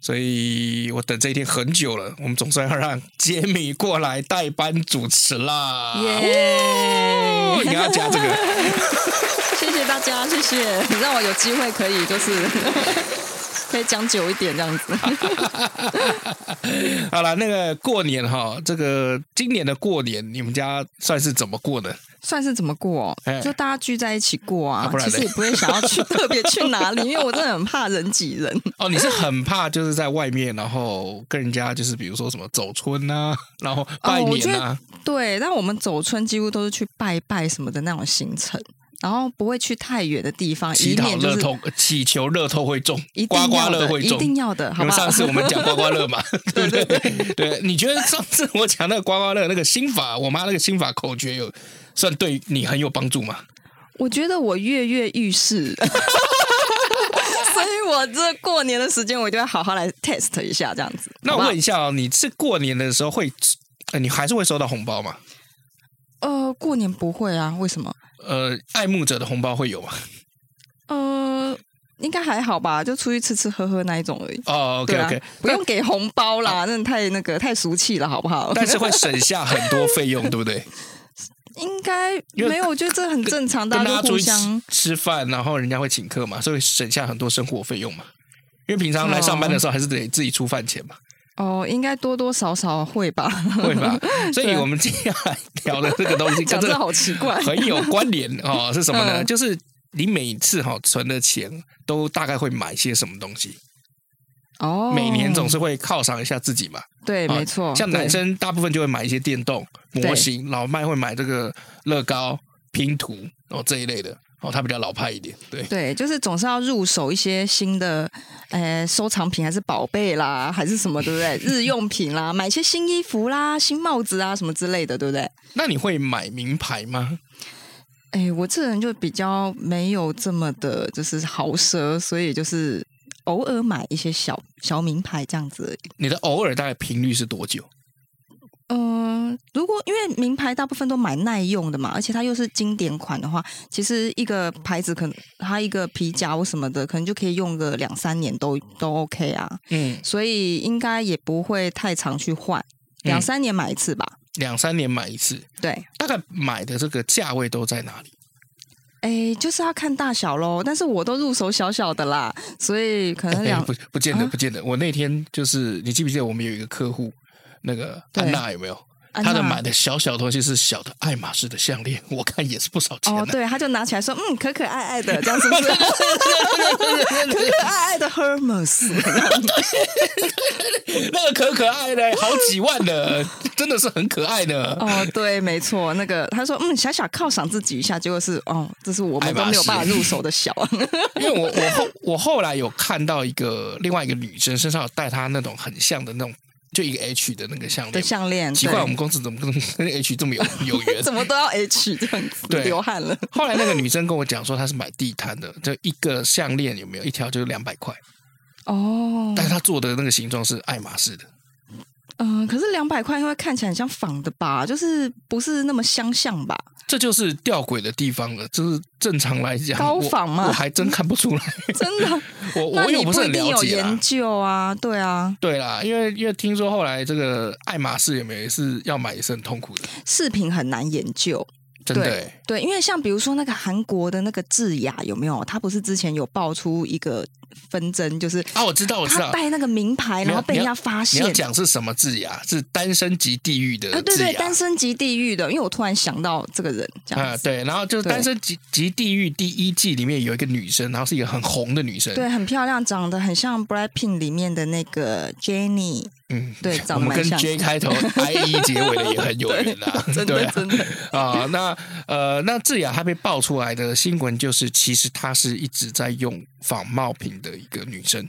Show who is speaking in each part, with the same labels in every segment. Speaker 1: 所以我等这一天很久了。我们总算要让杰米过来代班主持啦。哦
Speaker 2: 耶！
Speaker 1: 你要加这个。
Speaker 2: 谢谢大家，谢谢，让我有机会可以就是 可以讲久一点这样子。
Speaker 1: 好了，那个过年哈，这个今年的过年，你们家算是怎么过的？
Speaker 2: 算是怎么过
Speaker 1: 哎？
Speaker 2: 就大家聚在一起过
Speaker 1: 啊
Speaker 2: 啊
Speaker 1: 不，然
Speaker 2: 其
Speaker 1: 嘞
Speaker 2: 实也不会想要去特别去 哪里，因为我真的很怕人挤人。
Speaker 1: 哦，你是很怕就是在外面，然后跟人家就是比如说什么走村呐、 然后拜
Speaker 2: 哦我
Speaker 1: 年
Speaker 2: 觉得
Speaker 1: 啊，
Speaker 2: 对，但我们走村几乎都是去拜拜什么的那种行程。然后不会去太远的地方，
Speaker 1: 乞
Speaker 2: 以
Speaker 1: 讨
Speaker 2: 免就
Speaker 1: 乐
Speaker 2: 是
Speaker 1: 透，祈求乐透会中
Speaker 2: 一，定
Speaker 1: 刮
Speaker 2: 要
Speaker 1: 刮
Speaker 2: 的
Speaker 1: 乐会
Speaker 2: 一
Speaker 1: 中。
Speaker 2: 定要的，好
Speaker 1: 因
Speaker 2: 不
Speaker 1: 为上
Speaker 2: 好？
Speaker 1: 次我们讲刮刮乐 嘛，对不对？对，你觉得上次我讲那个刮刮乐那个心法，我妈那个心法口诀有算对你很有帮助吗？
Speaker 2: 我觉得我跃跃欲试，所以我这过年的时间，我一定要好好来 test 一下这样子。
Speaker 1: 那
Speaker 2: 好
Speaker 1: 我
Speaker 2: 不好
Speaker 1: 问一下哦，你是过年的时候会，呃你还是会收到红包吗？
Speaker 2: 呃，过年不会啊？为什么？
Speaker 1: 呃，爱慕者的红包会有吗？
Speaker 2: 呃，应该还好吧，就出去吃吃喝喝那一种而已。
Speaker 1: 哦，OK
Speaker 2: 对啊
Speaker 1: OK，
Speaker 2: 不用给红包啦，那太那个太俗气了，好不好？
Speaker 1: 但是会省下很多费用，对不对？
Speaker 2: 应该
Speaker 1: 因为
Speaker 2: 没有，我觉得这很正常，
Speaker 1: 跟 大
Speaker 2: 大
Speaker 1: 家
Speaker 2: 家都
Speaker 1: 出
Speaker 2: 互
Speaker 1: 去吃
Speaker 2: 相。
Speaker 1: 吃饭，然后人家会请客嘛，所以省下很多生活费用嘛。因为平常来上班的时候还是得自己出饭钱嘛，
Speaker 2: 哦，应该多多少少会吧？
Speaker 1: 会 吧？所以
Speaker 2: 对啊
Speaker 1: 我们今天来聊的这个东西，跟
Speaker 2: 讲
Speaker 1: 这
Speaker 2: 这
Speaker 1: 个
Speaker 2: 好奇怪。
Speaker 1: 很有关联哦，是什么呢？
Speaker 2: 嗯
Speaker 1: 就是你每次哈、存的钱都大概会买些什么东西，
Speaker 2: 哦，
Speaker 1: 每年总是会犒赏一下自己嘛。
Speaker 2: 对，
Speaker 1: 啊
Speaker 2: 没错。
Speaker 1: 像
Speaker 2: 哦对
Speaker 1: 男生大部分就会买一些电动模型，老麦会买这个乐高、拼图哦这一类的哦，他比较老派一点，对。
Speaker 2: 对，就是总是要入手一些新的，呃，收藏品还是宝贝啦，还是什么，对不对？日用品啦，买一些新衣服啦、新帽子啊什么之类的，对不对？
Speaker 1: 那你会买名牌吗？
Speaker 2: 哎，我这人就比较没有这么的，就是豪奢，所以就是偶尔买一些小小名牌这样子而已。
Speaker 1: 你的偶尔大概频率是多久？
Speaker 2: 嗯、如果因为名牌大部分都蛮耐用的嘛，而且它又是经典款的话，其实一个牌子可能它一个皮夹或什么的，可能就可以用个两三年都都 OK 啊。
Speaker 1: 嗯，
Speaker 2: 所以应该也不会太常去换，两三年买一次吧。
Speaker 1: 两三年买一次，
Speaker 2: 对，
Speaker 1: 大概买的这个价位都在哪里？
Speaker 2: 哎，就是要看大小喽。但是我都入手小小的啦，所以可能
Speaker 1: 哎
Speaker 2: 两
Speaker 1: 不不见得，
Speaker 2: 啊
Speaker 1: 不见得。我那天就是，你记不记得我们有一个客户，那个
Speaker 2: 对
Speaker 1: 安娜有没有？
Speaker 2: 安
Speaker 1: 她的
Speaker 2: 娜
Speaker 1: 买的小小东西是小的爱马仕的项链，我看也是不少钱
Speaker 2: 哦，
Speaker 1: 的。
Speaker 2: 对，他就拿起来 说，嗯，可可爱爱的，这样是不是？可可爱爱的 Hermes，
Speaker 1: 那个可可爱的，好几万的，真的是很可爱的。
Speaker 2: 哦，对，没错，那个他说，嗯，小小犒赏自己一下，结果是，哦，这是我们都没有办法入手的小，
Speaker 1: 因为我我后我后来有看到一个另外一个女生身上有戴她那种很像的那种，就一个 H 的那个项
Speaker 2: 的
Speaker 1: 链。
Speaker 2: 项 链，
Speaker 1: 奇怪，我
Speaker 2: 对，
Speaker 1: 们公司怎么跟跟 H 这么有有缘？
Speaker 2: 怎么都要 H 这样子，
Speaker 1: 对
Speaker 2: 流汗了，
Speaker 1: 后来那个女生跟我讲说，她是买地摊的，就一个项链有没有一条就是两百块，
Speaker 2: 嗯哦，
Speaker 1: 但是她做的那个形状是爱马仕的。
Speaker 2: 嗯，可是两百块因为看起来很像仿的吧，就是不是那么相像吧？
Speaker 1: 这就是吊诡的地方了，就是正常来讲，
Speaker 2: 高
Speaker 1: 我
Speaker 2: 仿吗
Speaker 1: 我还真看不出来，
Speaker 2: 真的？
Speaker 1: 我我
Speaker 2: 那
Speaker 1: 也
Speaker 2: 你
Speaker 1: 是
Speaker 2: 不一
Speaker 1: 很
Speaker 2: 定
Speaker 1: 了
Speaker 2: 有
Speaker 1: 解
Speaker 2: 研
Speaker 1: 啦。
Speaker 2: 究啊，对啊，
Speaker 1: 对啦，因为因为听说后来这个爱马仕有没有也是要买也是很痛苦的，
Speaker 2: 饰品很难研究。
Speaker 1: 真的、
Speaker 2: 对
Speaker 1: 欸。
Speaker 2: 对，因为像比如说那个韩国的那个智雅有没有？她不是之前有爆出一个纷争，就是
Speaker 1: 啊，我知道，我知
Speaker 2: 她
Speaker 1: 道，
Speaker 2: 戴那个名牌，
Speaker 1: 你要
Speaker 2: 然后被人家发
Speaker 1: 你要
Speaker 2: 现。
Speaker 1: 讲是什么字牙？是单身级地狱的
Speaker 2: 啊，对
Speaker 1: 字
Speaker 2: 对，
Speaker 1: 牙
Speaker 2: 单身级地狱的，因为我突然想到这个人，这样
Speaker 1: 啊，
Speaker 2: 子，
Speaker 1: 对，然后就是《
Speaker 2: 对
Speaker 1: 单身级级地狱》第一季里面有一个女生，然后是一个很红的女生，
Speaker 2: 对，很漂亮，长得很像《Blackpink》里面的那个 Jennie，
Speaker 1: 嗯，
Speaker 2: 对
Speaker 1: 我
Speaker 2: 长得
Speaker 1: 们
Speaker 2: 蛮
Speaker 1: 跟
Speaker 2: 像
Speaker 1: J 开 头 I E 结尾的也很有缘啦，
Speaker 2: 真
Speaker 1: 对
Speaker 2: 的
Speaker 1: 啊
Speaker 2: 真的，
Speaker 1: 啊，那呃，那智雅她被爆出来的新闻就是，其实她是一直在用仿冒品的一个女生，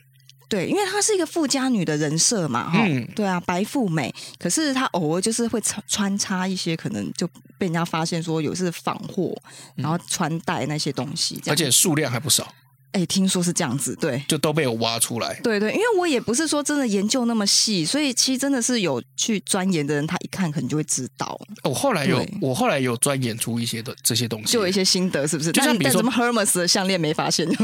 Speaker 2: 对，因为她是一个富家女的人设嘛，哈、
Speaker 1: 嗯
Speaker 2: 对啊，白富美。可是她偶尔就是会穿穿插一些，可能就被人家发现说有是仿货，然后穿戴那些东西这样。
Speaker 1: 嗯而且数量还不少，
Speaker 2: 哎，听说是这样子，对。
Speaker 1: 就都被我挖出来。
Speaker 2: 对对，因为我也不是说真的研究那么细，所以其实真的是有去钻研的人，他一看可能就会知道，
Speaker 1: 我哦后来有
Speaker 2: 对，
Speaker 1: 我后来有钻研出一些的这些东西，
Speaker 2: 就有一些心得，是不是？
Speaker 1: 就像
Speaker 2: 但
Speaker 1: 比如
Speaker 2: 但
Speaker 1: 说
Speaker 2: 怎么 Hermes 的项链没发现？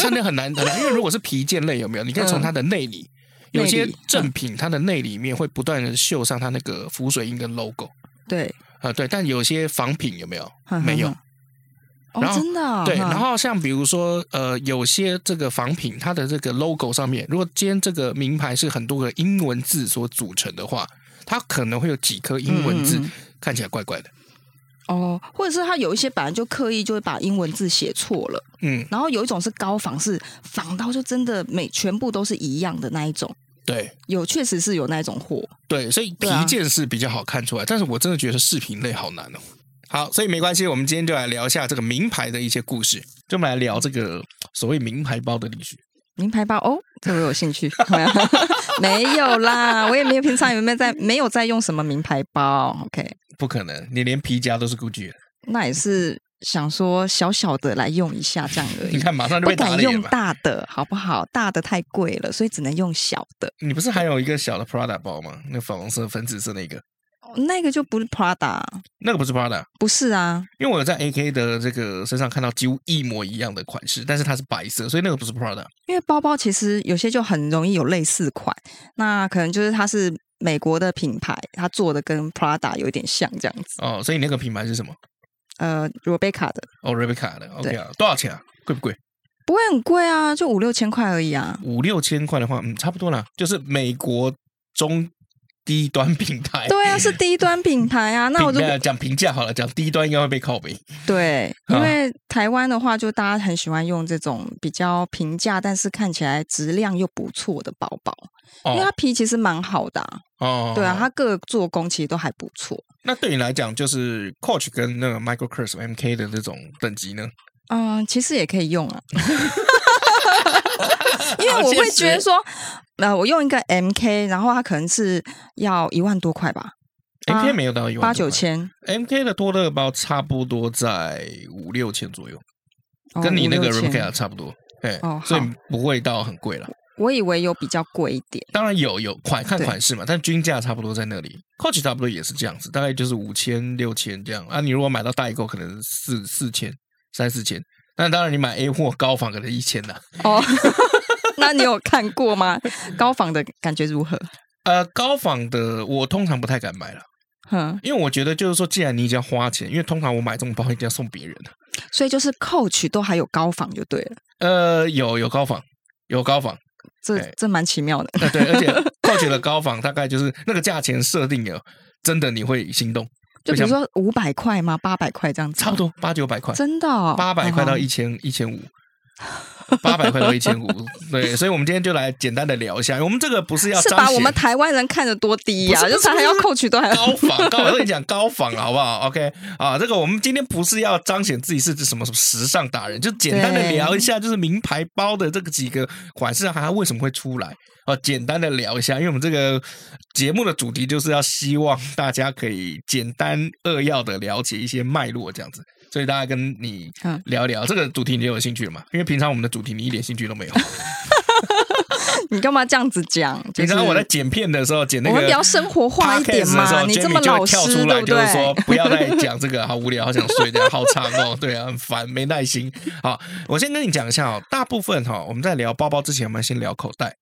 Speaker 1: 真的很难很难，因为如果是皮件类，有没有？你可以从它的内里，有
Speaker 2: 内
Speaker 1: 些
Speaker 2: 里
Speaker 1: 正品它的内里面会不断的绣上它那个浮水印跟 logo
Speaker 2: 对，
Speaker 1: 啊，对。但有些仿品有没有
Speaker 2: 哼？
Speaker 1: 没有
Speaker 2: 哼。哦
Speaker 1: 然，后
Speaker 2: 真的啊、
Speaker 1: 对，
Speaker 2: 哈
Speaker 1: 然后像比如说，呃，有些这个仿品，它的这个 logo 上面，如果今天这个名牌是很多个英文字所组成的话，它可能会有几颗英文字
Speaker 2: 嗯嗯嗯
Speaker 1: 看起来怪怪的。
Speaker 2: 哦，或者是他有一些本来就刻意就会把英文字写错了，
Speaker 1: 嗯，
Speaker 2: 然后有一种是高仿，是仿到就真的每全部都是一样的那一种，
Speaker 1: 对
Speaker 2: 有确实是有那一种货，
Speaker 1: 对，所以皮
Speaker 2: 对啊
Speaker 1: 件是比较好看出来，但是我真的觉得饰品类好难哦。好，所以没关系，我们今天就来聊一下这个名牌的一些故事。就我们来聊这个所谓名牌包的历史。
Speaker 2: 名牌包哦，这我有兴趣。 没有啦，我也没有平常有没有在没有在用什么名牌包，OK，
Speaker 1: 不可能，你连皮夹都是 GUCCI 的，
Speaker 2: 那也是想说小小的来用一下这样而
Speaker 1: 你
Speaker 2: 已。
Speaker 1: 看马上就
Speaker 2: 不
Speaker 1: 被打
Speaker 2: 敢
Speaker 1: 脸
Speaker 2: 用
Speaker 1: 吧。
Speaker 2: 大的，好不好？大的太贵了，所以只能用小的。
Speaker 1: 你不是还有一个小的 Prada 包吗？那粉红色、粉紫色那个，
Speaker 2: 那个就不是 Prada，
Speaker 1: 那个不是 Prada，
Speaker 2: 不是啊，
Speaker 1: 因为我有在 AK 的这个身上看到几乎一模一样的款式，但是它是白色，所以那个不是 Prada。
Speaker 2: 因为包包其实有些就很容易有类似款，那可能就是它是美国的品牌，它做的跟 Prada 有一点像这样子。
Speaker 1: 哦，所以那个品牌是什么？
Speaker 2: 呃，Rebecca 的
Speaker 1: 哦，Rebecca 的。OK
Speaker 2: 对
Speaker 1: 啊，多少钱啊？贵不贵？
Speaker 2: 不会很贵啊，就五六千块而已啊。
Speaker 1: 五六千块的话，嗯，差不多啦，就是美国中低端品牌。
Speaker 2: 对啊，是低端品牌啊。那 我
Speaker 1: 平
Speaker 2: 就
Speaker 1: 呃讲平价好了，讲低端应该会被靠背。
Speaker 2: 对，因
Speaker 1: 啊
Speaker 2: 为台湾的话，就大家很喜欢用这种比较平价，但是看起来质量又不错的包包，因为它
Speaker 1: 哦
Speaker 2: 皮其实蛮好的、啊。
Speaker 1: 哦，
Speaker 2: 对啊，它各做工其实都还不错。
Speaker 1: 那对你来讲，就是 Coach 跟那个 Michael Kors MK 的这种等级呢？
Speaker 2: 嗯，其实也可以 用啊，因为
Speaker 1: 好
Speaker 2: 我
Speaker 1: 现
Speaker 2: 会
Speaker 1: 实
Speaker 2: 觉得说，呃，我用一个 MK，然后它可能是要一万多块吧，八
Speaker 1: ，MK 没有到一万，
Speaker 2: 八九。千，
Speaker 1: MK 的多乐包差不多在五六千左右，
Speaker 2: 哦
Speaker 1: 跟你那个
Speaker 2: 5-6
Speaker 1: Rebecca
Speaker 2: 千
Speaker 1: 差不多。哎
Speaker 2: 哦，
Speaker 1: 所以
Speaker 2: 好
Speaker 1: 不会到很贵了。
Speaker 2: 我以为有比较贵一 点，
Speaker 1: 当然有有款看
Speaker 2: 对
Speaker 1: 款式嘛，但均价差不多在那里。Coach 差不多也是这样子，大概就是五千六千这样啊。你如果买到代购，可能四四千三四千。那当然，你买 A 货高仿可能一千啦。
Speaker 2: 哦，那你有看过吗？高仿的感觉如何？
Speaker 1: 呃，高仿的我通常不太敢买了，
Speaker 2: 哼，
Speaker 1: 因为我觉得就是说，既然你已经要花钱，因为通常我买这种包一定要送别人的。
Speaker 2: 所以就是 Coach 都还有高仿就对了，
Speaker 1: 呃，有有高仿，有高仿，
Speaker 2: 这
Speaker 1: 哎
Speaker 2: 这蛮奇妙的。
Speaker 1: 呃对，而且 Coach 的高仿大概就是那个价钱设定有，真的你会心动，
Speaker 2: 就比如
Speaker 1: 我想
Speaker 2: 说五百块吗？八百块这样子
Speaker 1: 差
Speaker 2: 吗，
Speaker 1: 不多八九百块，
Speaker 2: 真的哦
Speaker 1: 八百块
Speaker 2: 哦
Speaker 1: 到一千一千五，八百块到一千五，对，所以我们今天就来简单的聊一下，我们这个不是要
Speaker 2: 是
Speaker 1: 彰
Speaker 2: 把我
Speaker 1: 显
Speaker 2: 们台湾人看得多低呀、
Speaker 1: 不是
Speaker 2: 就
Speaker 1: 不是
Speaker 2: 是还要 coach 都还要
Speaker 1: 高仿，高仿，我跟你讲高仿了，好不好？OK 啊，这个我们今天不是要彰显自己是什么什么时尚达人，就简单的
Speaker 2: 对
Speaker 1: 聊一下，就是名牌包的这个几个款式，它为什么会出来？哦，简单的聊一下，因为我们这个节目的主题就是要希望大家可以简单扼要的了解一些脉络，这样子。所以大家跟 你
Speaker 2: 嗯
Speaker 1: 聊一聊、这个主题，你有兴趣了吗？因为平常我们的主题你一点兴趣都没 有。
Speaker 2: 你干嘛这样子讲？就
Speaker 1: 平
Speaker 2: 是
Speaker 1: 常我在剪片的时候剪那个，
Speaker 2: 我们比较生活化一点
Speaker 1: podcast 的
Speaker 2: 嘛
Speaker 1: 时候
Speaker 2: 你这么
Speaker 1: Jamie 就会
Speaker 2: 老
Speaker 1: 跳
Speaker 2: 师
Speaker 1: 出来
Speaker 2: 对不
Speaker 1: 就是
Speaker 2: 对
Speaker 1: 说不要再讲这个，好无聊，好想睡，这样好长哦，对啊，很烦，没耐心。好，我先跟你讲一下哦，大部分哈、哦，我们在聊包包之前，我们先聊口袋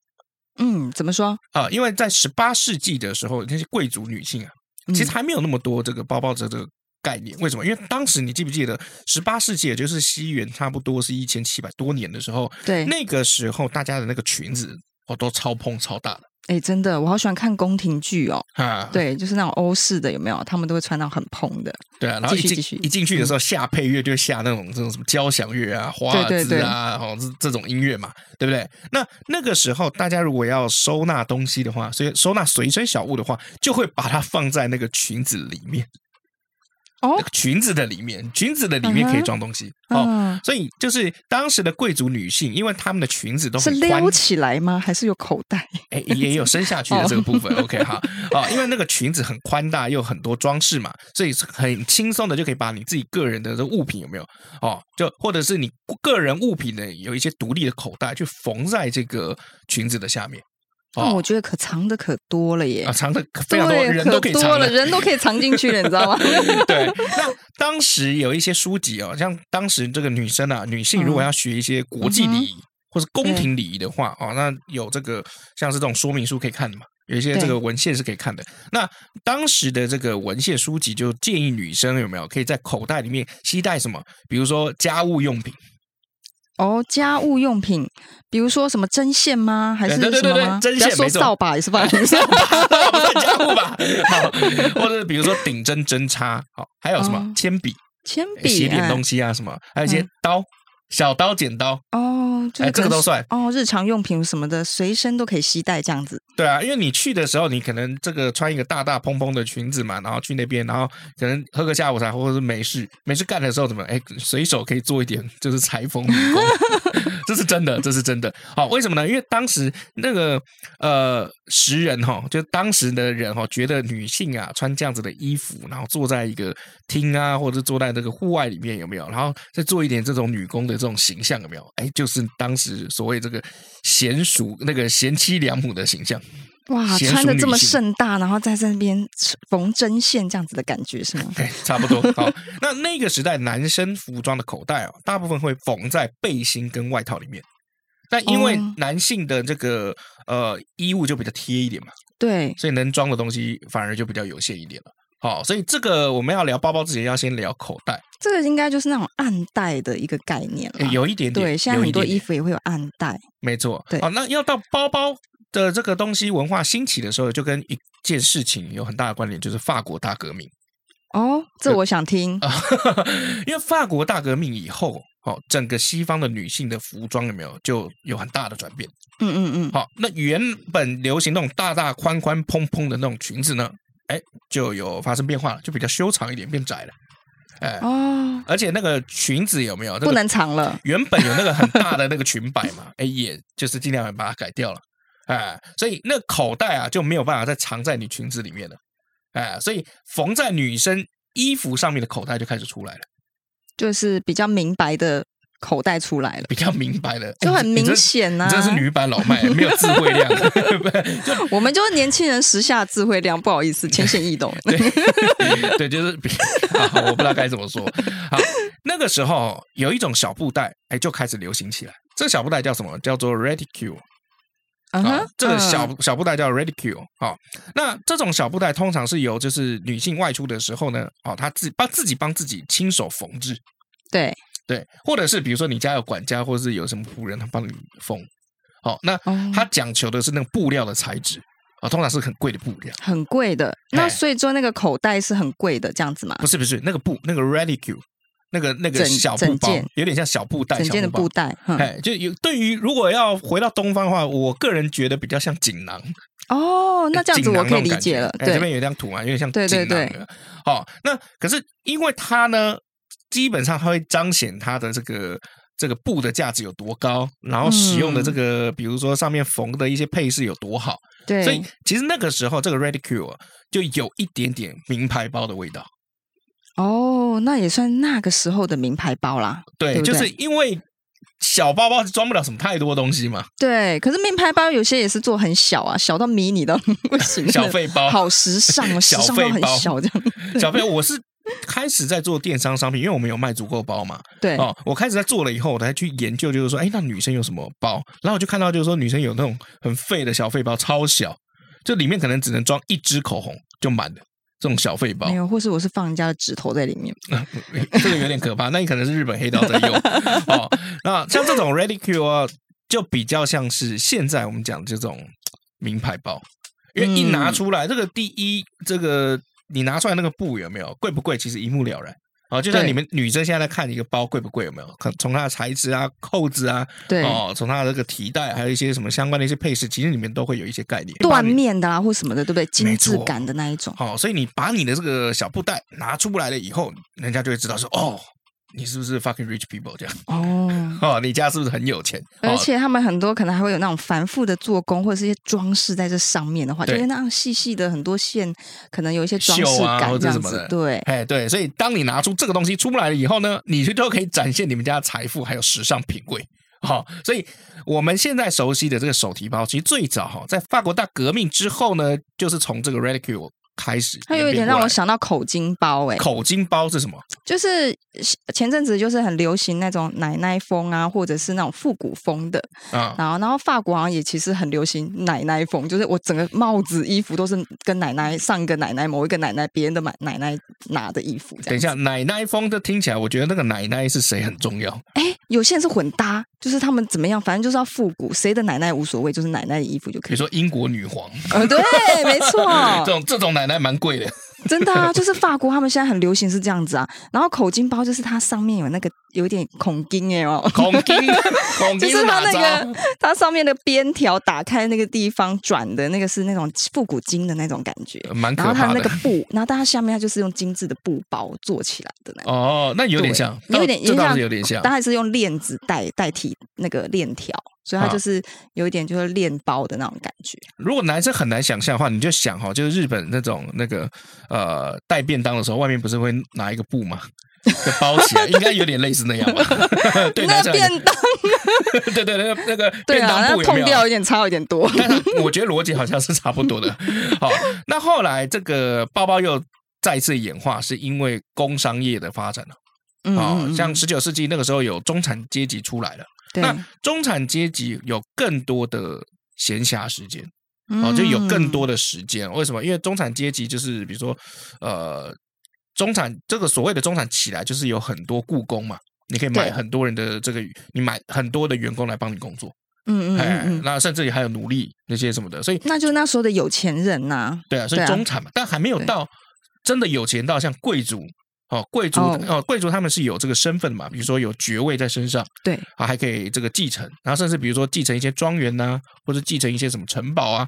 Speaker 2: 嗯，怎么说？
Speaker 1: 啊，因为在十八世纪的时候，那些贵族女性啊，
Speaker 2: 嗯
Speaker 1: 其实还没有那么多这个包包的这个概念。为什么？因为当时你记不记得，十八世纪也就是西元差不多是一千七百多年的时候，
Speaker 2: 对，
Speaker 1: 那个时候大家的那个裙子哦都超蓬超大的
Speaker 2: 哎、真的，我好喜欢看宫廷剧哦。
Speaker 1: 啊，
Speaker 2: 对，就是那种欧式的，有没有？他们都会穿到很蓬的。
Speaker 1: 对啊，然后一
Speaker 2: 继续
Speaker 1: 进
Speaker 2: 继续嗯
Speaker 1: 一进去的时候下配乐就下那种这种什么交响乐啊、华尔
Speaker 2: 对对
Speaker 1: 兹
Speaker 2: 对
Speaker 1: 啊，哦这这种音乐嘛，对不对？那那个时候大家如果要收纳东西的话，所以收纳随身小物的话，就会把它放在那个裙子里面。
Speaker 2: 哦，
Speaker 1: 裙子的里面，裙子的里面可以装东西、哦。
Speaker 2: 嗯，
Speaker 1: 所以就是当时的贵族女性，因为她们的裙子都
Speaker 2: 是
Speaker 1: 很宽
Speaker 2: 撩起来吗？还是有口袋？
Speaker 1: 哎，也有伸下去的这个部分。OK，好，哦，因为那个裙子很宽大，又很多装饰嘛，所以很轻松的就可以把你自己个人的这物品有没有哦，就或者是你个人物品的有一些独立的口袋，去缝在这个裙子的下面。
Speaker 2: 那
Speaker 1: 哦
Speaker 2: 我，觉得可藏的可多了耶
Speaker 1: 啊，，藏的非
Speaker 2: 对，
Speaker 1: 常多，人都可
Speaker 2: 可
Speaker 1: 以
Speaker 2: 多
Speaker 1: 藏
Speaker 2: 了，
Speaker 1: 的。
Speaker 2: 人都可以藏进去了，你知 道吗？
Speaker 1: 对，那当时有一些书籍哦，像当时这个女生啊，女性如
Speaker 2: 嗯
Speaker 1: 果要学一些国际礼仪、或是宫廷礼仪的话，哦，那有这个像是这种说明书可以看的嘛，有一些这
Speaker 2: 对
Speaker 1: 个文献是可以看的。那当时的这个文献书籍就建议女生有没有可以在口袋里面携带什么，比如说家务用品，
Speaker 2: 哦，家务用品，比如说什么针线吗？还是
Speaker 1: 对哎对
Speaker 2: 什
Speaker 1: 对
Speaker 2: 么吗？
Speaker 1: 对针
Speaker 2: 不要
Speaker 1: 线
Speaker 2: 说
Speaker 1: 没错
Speaker 2: 扫把也 是吧？
Speaker 1: 不算家务吧？好，或者比如说顶针、针叉，好，还有什么
Speaker 2: 哦
Speaker 1: 铅笔、
Speaker 2: 铅笔、
Speaker 1: 写点
Speaker 2: 哎
Speaker 1: 东西啊什么，还有一些
Speaker 2: 嗯
Speaker 1: 刀、小刀、剪刀，
Speaker 2: 哦，就
Speaker 1: 哎
Speaker 2: 是
Speaker 1: 这个
Speaker 2: 可能
Speaker 1: 都
Speaker 2: 是
Speaker 1: 算
Speaker 2: 哦，日常用品什么的，随身都可以携带这样子。
Speaker 1: 对啊，因为你去的时候，你可能这个穿一个大大蓬蓬的裙子嘛，然后去那边，然后可能喝个下午茶或者是美式，美式干的时候怎么，哎，随手可以做一点就是裁缝女工， 这是真的，这是真的。好、为什么呢？因为当时那个呃时人哈、就当时的人哈、觉得女性啊穿这样子的衣服，然后坐在一个厅啊，或者坐在这个户外里面有没有，然后再做一点这种女工的这种形象有没有？哎，就是当时所谓这个贤淑那个贤妻良母的形象。
Speaker 2: 哇，
Speaker 1: 娴
Speaker 2: 穿
Speaker 1: 熟
Speaker 2: 的
Speaker 1: 女
Speaker 2: 这么
Speaker 1: 性
Speaker 2: 盛大，然后在这边缝针线这样子的感觉是吗？
Speaker 1: 对，差不多。好，那那个时代男生服装的口袋哦，大部分会缝在背心跟外套里面。但因为
Speaker 2: 哦
Speaker 1: 男性的这个呃衣物就比较贴一点嘛，
Speaker 2: 对，
Speaker 1: 所以能装的东西反而就比较有限一点了。好，所以这个我们要聊包包之前，要先聊口袋，
Speaker 2: 这个应该就是那种暗袋的一个概念
Speaker 1: 诶
Speaker 2: 了。
Speaker 1: 哎有一点点，
Speaker 2: 对，现在
Speaker 1: 有
Speaker 2: 很
Speaker 1: 一
Speaker 2: 多
Speaker 1: 点
Speaker 2: 衣
Speaker 1: 点
Speaker 2: 服也会有暗袋。
Speaker 1: 没错，
Speaker 2: 对
Speaker 1: 哦，那要到包包的这个东西文化兴起的时候，就跟一件事情有很大的关联，就是法国大革命。
Speaker 2: 哦，这我想听。
Speaker 1: 啊， 因为法国大革命以后，哦，整个西方的女性的服装有没有就有很大的转变？
Speaker 2: 嗯嗯嗯，
Speaker 1: 好、那原本流行那种大大宽宽蓬蓬的那种裙子呢，哎，就有发生变化了，就比较修长一点，变窄了。哎，
Speaker 2: 哦，
Speaker 1: 而且那个裙子有没有？那个
Speaker 2: 不能藏了。
Speaker 1: 原本有那个很大的那个裙摆嘛， 哎，也就是尽量把它改掉了，哎，所以那口袋啊就没有办法再藏在你裙子里面了，哎，所以缝在女生衣服上面的口袋就开始出来了，
Speaker 2: 就是比较明白的口袋出来了，
Speaker 1: 比较明白了，
Speaker 2: 就
Speaker 1: 哎
Speaker 2: 很
Speaker 1: 你
Speaker 2: 明
Speaker 1: 这
Speaker 2: 显呐、啊
Speaker 1: 你这是女版老麦，没有智慧量， 就
Speaker 2: 我们就是年轻人时下智慧量，不好意思，浅显易懂。
Speaker 1: 对 对，就是比好，我不知道该怎么说。好，那个时候有一种小布袋，哎，就开始流行起来。这个小布袋叫什么？叫做 reticule。
Speaker 2: 嗯
Speaker 1: 啊、
Speaker 2: 哼，
Speaker 1: 这个
Speaker 2: 嗯
Speaker 1: 小小布袋叫 reticule 好、那这种小布袋通常是由就是女性外出的时候呢，哦，她自帮自己帮自己亲手缝制，
Speaker 2: 对
Speaker 1: 对，或者是比如说你家有管家，或者是有什么仆人，他帮你缝。好、那
Speaker 2: 哦
Speaker 1: 它讲求的是那个布料的材质啊、哦通常是很贵的布料，
Speaker 2: 很贵的，
Speaker 1: 哎
Speaker 2: 那所以说那个口袋是很贵的，这样子嘛
Speaker 1: 不，是不是那个布那个 reticule，那个那个
Speaker 2: 整
Speaker 1: 小布
Speaker 2: 整
Speaker 1: 包
Speaker 2: 件，
Speaker 1: 有点像小布袋，
Speaker 2: 整
Speaker 1: 小
Speaker 2: 件的
Speaker 1: 布包
Speaker 2: 布袋。嗯、
Speaker 1: 哎，就有对于如果要回到东方的话，我个人觉得比较像锦囊。
Speaker 2: 哦，那这样子
Speaker 1: 哎锦囊
Speaker 2: 我可以
Speaker 1: 种
Speaker 2: 理
Speaker 1: 感
Speaker 2: 解
Speaker 1: 觉
Speaker 2: 了。
Speaker 1: 哎这
Speaker 2: 对，
Speaker 1: 边有一张图嘛，有点像
Speaker 2: 对对
Speaker 1: 锦囊
Speaker 2: 对
Speaker 1: 的。哦，那可是因为它呢，基本上它会彰显它的这个。这个布的价值有多高，然后使用的这个，比如说上面缝的一些配饰有多好，
Speaker 2: 对，
Speaker 1: 所以其实那个时候这个 reticule 啊就有一点点名牌包的味道。
Speaker 2: 哦，那也算那个时候的名牌包啦。
Speaker 1: 对，
Speaker 2: 对不
Speaker 1: 就是
Speaker 2: 对
Speaker 1: 因为小包包装不了什么太多东西 嘛，
Speaker 2: 对，可是名牌包有些也是做很小啊，小到迷你的 不行，
Speaker 1: 小费包
Speaker 2: 好时尚 哦，时
Speaker 1: 小
Speaker 2: 尚
Speaker 1: 费
Speaker 2: 到很
Speaker 1: 包
Speaker 2: 小 这样。
Speaker 1: 小朋友，我是开始在做电商商品，因为我们有卖足够包嘛。
Speaker 2: 对，
Speaker 1: 哦，我开始在做了以后，我才去研究，就是说，哎，那女生有什么包？然后我就看到，就是说女生有那种很废的小费包，超小，就里面可能只能装一支口红就满了。这种小费包
Speaker 2: 没，有，或是我是放人家的指头在里面。
Speaker 1: 这个有点可怕。那你可能是日本黑道 在用哦。那像这种 reticule
Speaker 2: 嗯
Speaker 1: 啊，就比较像是现在我们讲这种名牌包，因为一拿出来，这个第一，这个你拿出来那个布有没有贵不贵，其实一目了然。哦，就像
Speaker 2: 对
Speaker 1: 你们女生现在在看一个包贵不贵，有没有？看从它的材质啊、扣子啊，
Speaker 2: 对，
Speaker 1: 哦，从它的这个提带，还有一些什么相关的一些配饰，其实你们都会有一些概念。
Speaker 2: 缎
Speaker 1: 把你
Speaker 2: 面的啊或什么的，对不对？精致
Speaker 1: 错
Speaker 2: 感的那一种。
Speaker 1: 好、所以你把你的这个小布袋拿出来了以后，人家就会知道说，哦，你是不是 fucking rich people 这样？
Speaker 2: 哦，
Speaker 1: 哦，你家是不是很有钱？
Speaker 2: 而
Speaker 1: 哦
Speaker 2: 且他们很多可能还会有那种繁复的做工，或者是一些装饰在这上面的话，就
Speaker 1: 对
Speaker 2: 是那样细细的很多线，可能有一些装
Speaker 1: 绣
Speaker 2: 饰
Speaker 1: 啊或
Speaker 2: 感
Speaker 1: 者
Speaker 2: 这
Speaker 1: 什
Speaker 2: 样
Speaker 1: 么
Speaker 2: 子。
Speaker 1: 的
Speaker 2: 对，
Speaker 1: 哎，对，所以当你拿出这个东西出来了以后呢，你就都可以展现你们家的财富还有时尚品味。好、所以我们现在熟悉的这个手提包，其实最早哈、在法国大革命之后呢，就是从这个 reticule 开始。
Speaker 2: 它有一点让我，想到口巾包、哎，
Speaker 1: 口巾包是什么？
Speaker 2: 就是前阵子就是很流行那种奶奶风啊，或者是那种复古风的，
Speaker 1: 啊、
Speaker 2: 然后然后法国好像也其实很流行奶奶风，就是我整个帽子、衣服都是跟奶奶上一个奶奶、某一个奶奶、别人的奶奶奶拿的衣服这样。
Speaker 1: 等一下，，奶奶风这听起来，我觉得那个奶奶是谁很重要。
Speaker 2: 哎，有些人是混搭，就是他们怎么样，反正就是要复古，谁的奶奶无所谓，就是奶奶的衣服就
Speaker 1: 比
Speaker 2: 可
Speaker 1: 如
Speaker 2: 以。
Speaker 1: 说英国女皇，
Speaker 2: 呃，对，没
Speaker 1: 这
Speaker 2: 错，
Speaker 1: 种这种奶奶蛮 贵的。
Speaker 2: 真的啊，就是法国他们现在很流行是这样子啊。然后口巾包就是它上面有那个有点孔钉哎哦，
Speaker 1: 孔金，孔
Speaker 2: 就
Speaker 1: 金
Speaker 2: 是它
Speaker 1: 哪
Speaker 2: 那
Speaker 1: 招？
Speaker 2: 个 它上面的边条打开那个地方转的那个是那种复古金的那种感觉。
Speaker 1: 蛮
Speaker 2: 然后
Speaker 1: 嗯可
Speaker 2: 它
Speaker 1: 怕
Speaker 2: 那
Speaker 1: 的
Speaker 2: 个。布，然后但它下面它就是用精致的布包做起来的那种，
Speaker 1: 哦，那有点
Speaker 2: 对
Speaker 1: 像，
Speaker 2: 有点
Speaker 1: 这倒是
Speaker 2: 像
Speaker 1: 有点像
Speaker 2: 但。它是用链子代代替那个链条，所以它
Speaker 1: 啊
Speaker 2: 就是有一点就是链包的那种感觉。
Speaker 1: 如果男生很难想象的话，你就想哈、哦，就是日本那种那个呃带便当的时候，外面不是会拿一个布 吗？就包起来，应该有点类似那样吧？对，
Speaker 2: 那
Speaker 1: 男生来
Speaker 2: 便
Speaker 1: 讲
Speaker 2: 当，
Speaker 1: 对对对，那个
Speaker 2: 对
Speaker 1: 便
Speaker 2: 啊，
Speaker 1: 当
Speaker 2: 那
Speaker 1: 布有没哦
Speaker 2: 痛
Speaker 1: 有？
Speaker 2: 掉有点差，有点多。
Speaker 1: 但是我觉得逻辑好像是差不多 的。好，那后来这个包包又再次演化，是因为工商业的发展了
Speaker 2: 嗯
Speaker 1: 啊、
Speaker 2: 嗯嗯
Speaker 1: 像十九世纪那个时候有中产阶级出来了，
Speaker 2: 对，
Speaker 1: 那中产阶级有更多的闲暇时间。哦，就有更多
Speaker 2: 的
Speaker 1: 的时间。为什么？因为中产阶级就是比如说，呃，中产这个所谓的中产起来，就是有很多雇工嘛，你可以买
Speaker 2: 对
Speaker 1: 很多人的这个，你买很多的员工来帮你工作，
Speaker 2: 嗯嗯
Speaker 1: 哎
Speaker 2: 嗯，嗯，
Speaker 1: 那甚至于还有奴隶那些什么的，所以
Speaker 2: 那就是那时候的有钱人呐，
Speaker 1: 对啊，所以
Speaker 2: 对啊
Speaker 1: 中产嘛，但还没有
Speaker 2: 对
Speaker 1: 到真的有钱到像贵族。哦，贵族
Speaker 2: 哦
Speaker 1: 哦，贵族他们是有这个身份的嘛，比如说有爵位在身上，
Speaker 2: 对，
Speaker 1: 啊，还可以这个继承，然后甚至比如说继承一些庄园呐、或者继承一些什么城堡啊，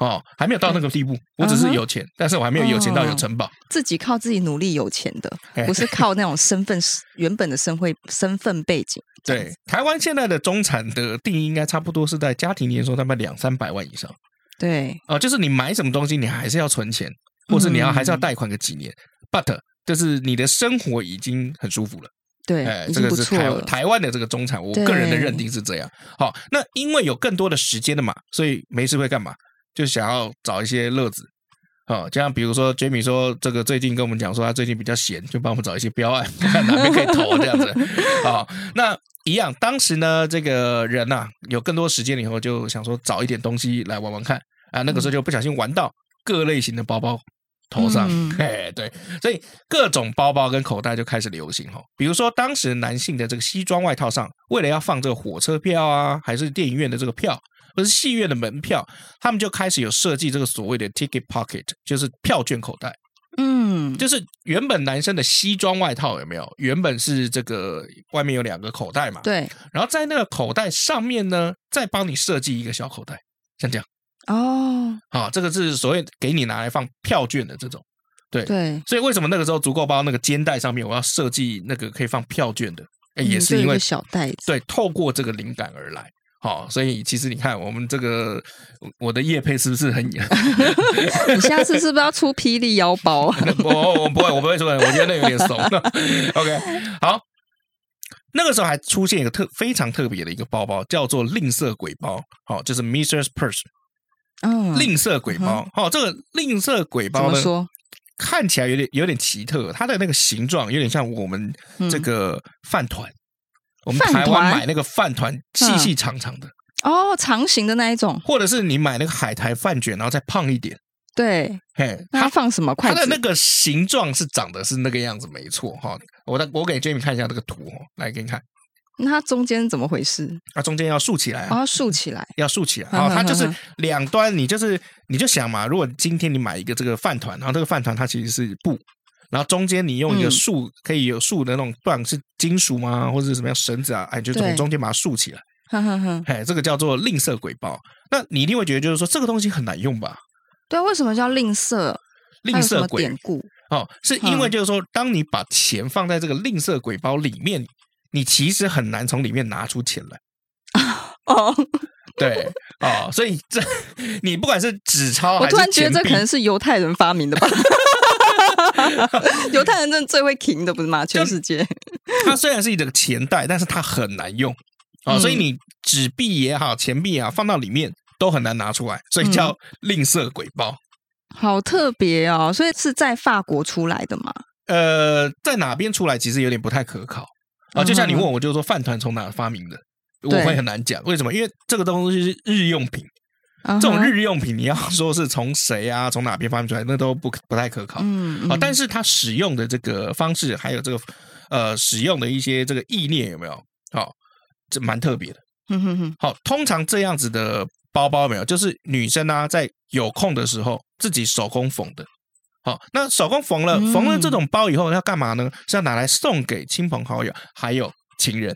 Speaker 1: 哦，还没有到那个地步，我
Speaker 2: 嗯
Speaker 1: 只是有钱，但是我还没有有钱到有城堡，
Speaker 2: 自己靠自己努力有钱的
Speaker 1: 哎，
Speaker 2: 不是靠那种身份 原本的身会身份背景。这样
Speaker 1: 对
Speaker 2: 子，
Speaker 1: 台湾现在的中产的定义应该差不多是在家庭年收大概两三百万以上，
Speaker 2: 对，
Speaker 1: 哦、就是你买什么东西你还是要存钱，或是你要
Speaker 2: 嗯
Speaker 1: 还是要贷款个几年、b u t 就是你的生活已经很舒服了。
Speaker 2: 对
Speaker 1: 哎，，
Speaker 2: 已
Speaker 1: 这
Speaker 2: 经
Speaker 1: 个
Speaker 2: 不
Speaker 1: 是
Speaker 2: 错
Speaker 1: 台
Speaker 2: 了。
Speaker 1: 台湾的这个中产，我个人的认定是这样。好，那因为有更多的时间了嘛，所以没事会干嘛？就想要找一些乐子。哦，就像比如说，Jamie 说这个最近跟我们讲说他最近比较闲，就帮我们找一些标案， 看哪边可以投这样子。好，那一样，当时呢，这个人呐、有更多时间了以后，就想说找一点东西来玩玩看啊。那个时候就不小心玩到各类型的包包头上，
Speaker 2: 嗯
Speaker 1: 哎，对，所以各种包包跟口袋就开始流行哈。比如说，当时男性的这个西装外套上，为了要放这个火车票啊，还是电影院的这个票，或是戏院的门票，他们就开始有设计这个所谓的 ticket pocket，就是票券口袋。
Speaker 2: 嗯，
Speaker 1: 就是原本男生的西装外套有没有？原本是这个外面有两个口袋嘛，
Speaker 2: 对，
Speaker 1: 然后在那个口袋上面呢，再帮你设计一个小口袋，像这样
Speaker 2: 哦，
Speaker 1: 啊，这个是所谓给你拿来放票券的这种。
Speaker 2: 对，
Speaker 1: 所以为什么那个时候足够包那个肩带上面我要设计那个可以放票券的，诶也
Speaker 2: 嗯
Speaker 1: 是
Speaker 2: 就有
Speaker 1: 因
Speaker 2: 一
Speaker 1: 为
Speaker 2: 个小袋子。
Speaker 1: 对透过这个灵感而来。好、所以其实你看我们这个我的业配是不是 很？
Speaker 2: 你下次是不是要出霹雳腰包 啊？
Speaker 1: 我我不会，我不会说，我觉得那有点怂。OK，好。那个时候还出现一个特非常特别的一个包包，叫做吝啬鬼包，好、就是 Miser's Purse，
Speaker 2: 嗯，
Speaker 1: 吝啬鬼包。哦，这个吝啬鬼
Speaker 2: 怎
Speaker 1: 包
Speaker 2: 么
Speaker 1: 呢，
Speaker 2: 说？
Speaker 1: 看起来有点有点奇特，它的那个形状有点像我们
Speaker 2: 嗯
Speaker 1: 这个饭团。我们
Speaker 2: 饭
Speaker 1: 台湾
Speaker 2: 团
Speaker 1: 买那个饭团，细细长长的，
Speaker 2: 哦，长形的那一种，
Speaker 1: 或者是你买那个海苔饭卷，然后再胖一点。
Speaker 2: 对，
Speaker 1: 嘿，
Speaker 2: 那
Speaker 1: 它
Speaker 2: 它放什么筷
Speaker 1: 它
Speaker 2: 子？
Speaker 1: 的那个形状是长得是那个样子，没错哈。我的我给 Jamie 看一下这个图哦，来给你看，
Speaker 2: 那它中间怎么回事？
Speaker 1: 它中间要竖起来啊、
Speaker 2: 哦，它竖起来，
Speaker 1: 要竖起来
Speaker 2: 嗯
Speaker 1: 啊、
Speaker 2: 嗯
Speaker 1: 它就是
Speaker 2: 嗯
Speaker 1: 两端，你就是你就想嘛，如果今天你买一个这个饭团，然后这个饭团它其实是布，然后中间你用一个
Speaker 2: 嗯
Speaker 1: 树，可以有树的那种，不管是金属吗，或者是什么样绳子啊，哎，就从
Speaker 2: 对
Speaker 1: 中间把它竖起来，
Speaker 2: 哼哼哼，
Speaker 1: 哎，这个叫做吝啬鬼包。那你一定会觉得就是说这个东西很难用吧？
Speaker 2: 对啊，为什么叫吝啬？
Speaker 1: 吝
Speaker 2: 它有什
Speaker 1: 啬
Speaker 2: 么
Speaker 1: 鬼
Speaker 2: 典故？
Speaker 1: 哦，是因为
Speaker 2: 嗯
Speaker 1: 就是说，当你把钱放在这个吝啬鬼包里面，你其实很难从里面拿出钱来。
Speaker 2: 哦，
Speaker 1: 对哦，所以这 你不管是纸钞
Speaker 2: 我
Speaker 1: 还是
Speaker 2: 突然觉得
Speaker 1: 钱
Speaker 2: 这
Speaker 1: 币
Speaker 2: 可能是犹太人发明的 吧。犹太人真的最会停的，不是吗？全 世界，
Speaker 1: 它虽然是一个钱袋，但是它很难用哦，
Speaker 2: 嗯
Speaker 1: 所以你纸币也好，钱币啊，放到里面都很难拿出来，所以
Speaker 2: 嗯
Speaker 1: 叫吝啬鬼包。
Speaker 2: 好特别哦。所以是在法国出来的嘛？
Speaker 1: 呃，在哪边出来其实有点不太可靠啊、就像你问我，就是说饭团从哪发明的，我
Speaker 2: 嗯对
Speaker 1: 会很难讲，为什么？因为这个东西是日用品，
Speaker 2: 这
Speaker 1: 这种，日用品你要说是从谁啊，从哪边发明出来，那都不不太可靠。
Speaker 2: 嗯，
Speaker 1: 啊，但
Speaker 2: 是
Speaker 1: 是它使用的这个方式，还有这个呃使用的一些这个意念有没有？好、这蛮特别的。
Speaker 2: 嗯哼哼哼，
Speaker 1: 好、通常这样子的包包有没有，就是女生啊在有空的时候自己手工缝的。好、那手工缝了
Speaker 2: 嗯
Speaker 1: 缝了这种包以后要干嘛呢？是要拿来送给亲朋好友，还有情人。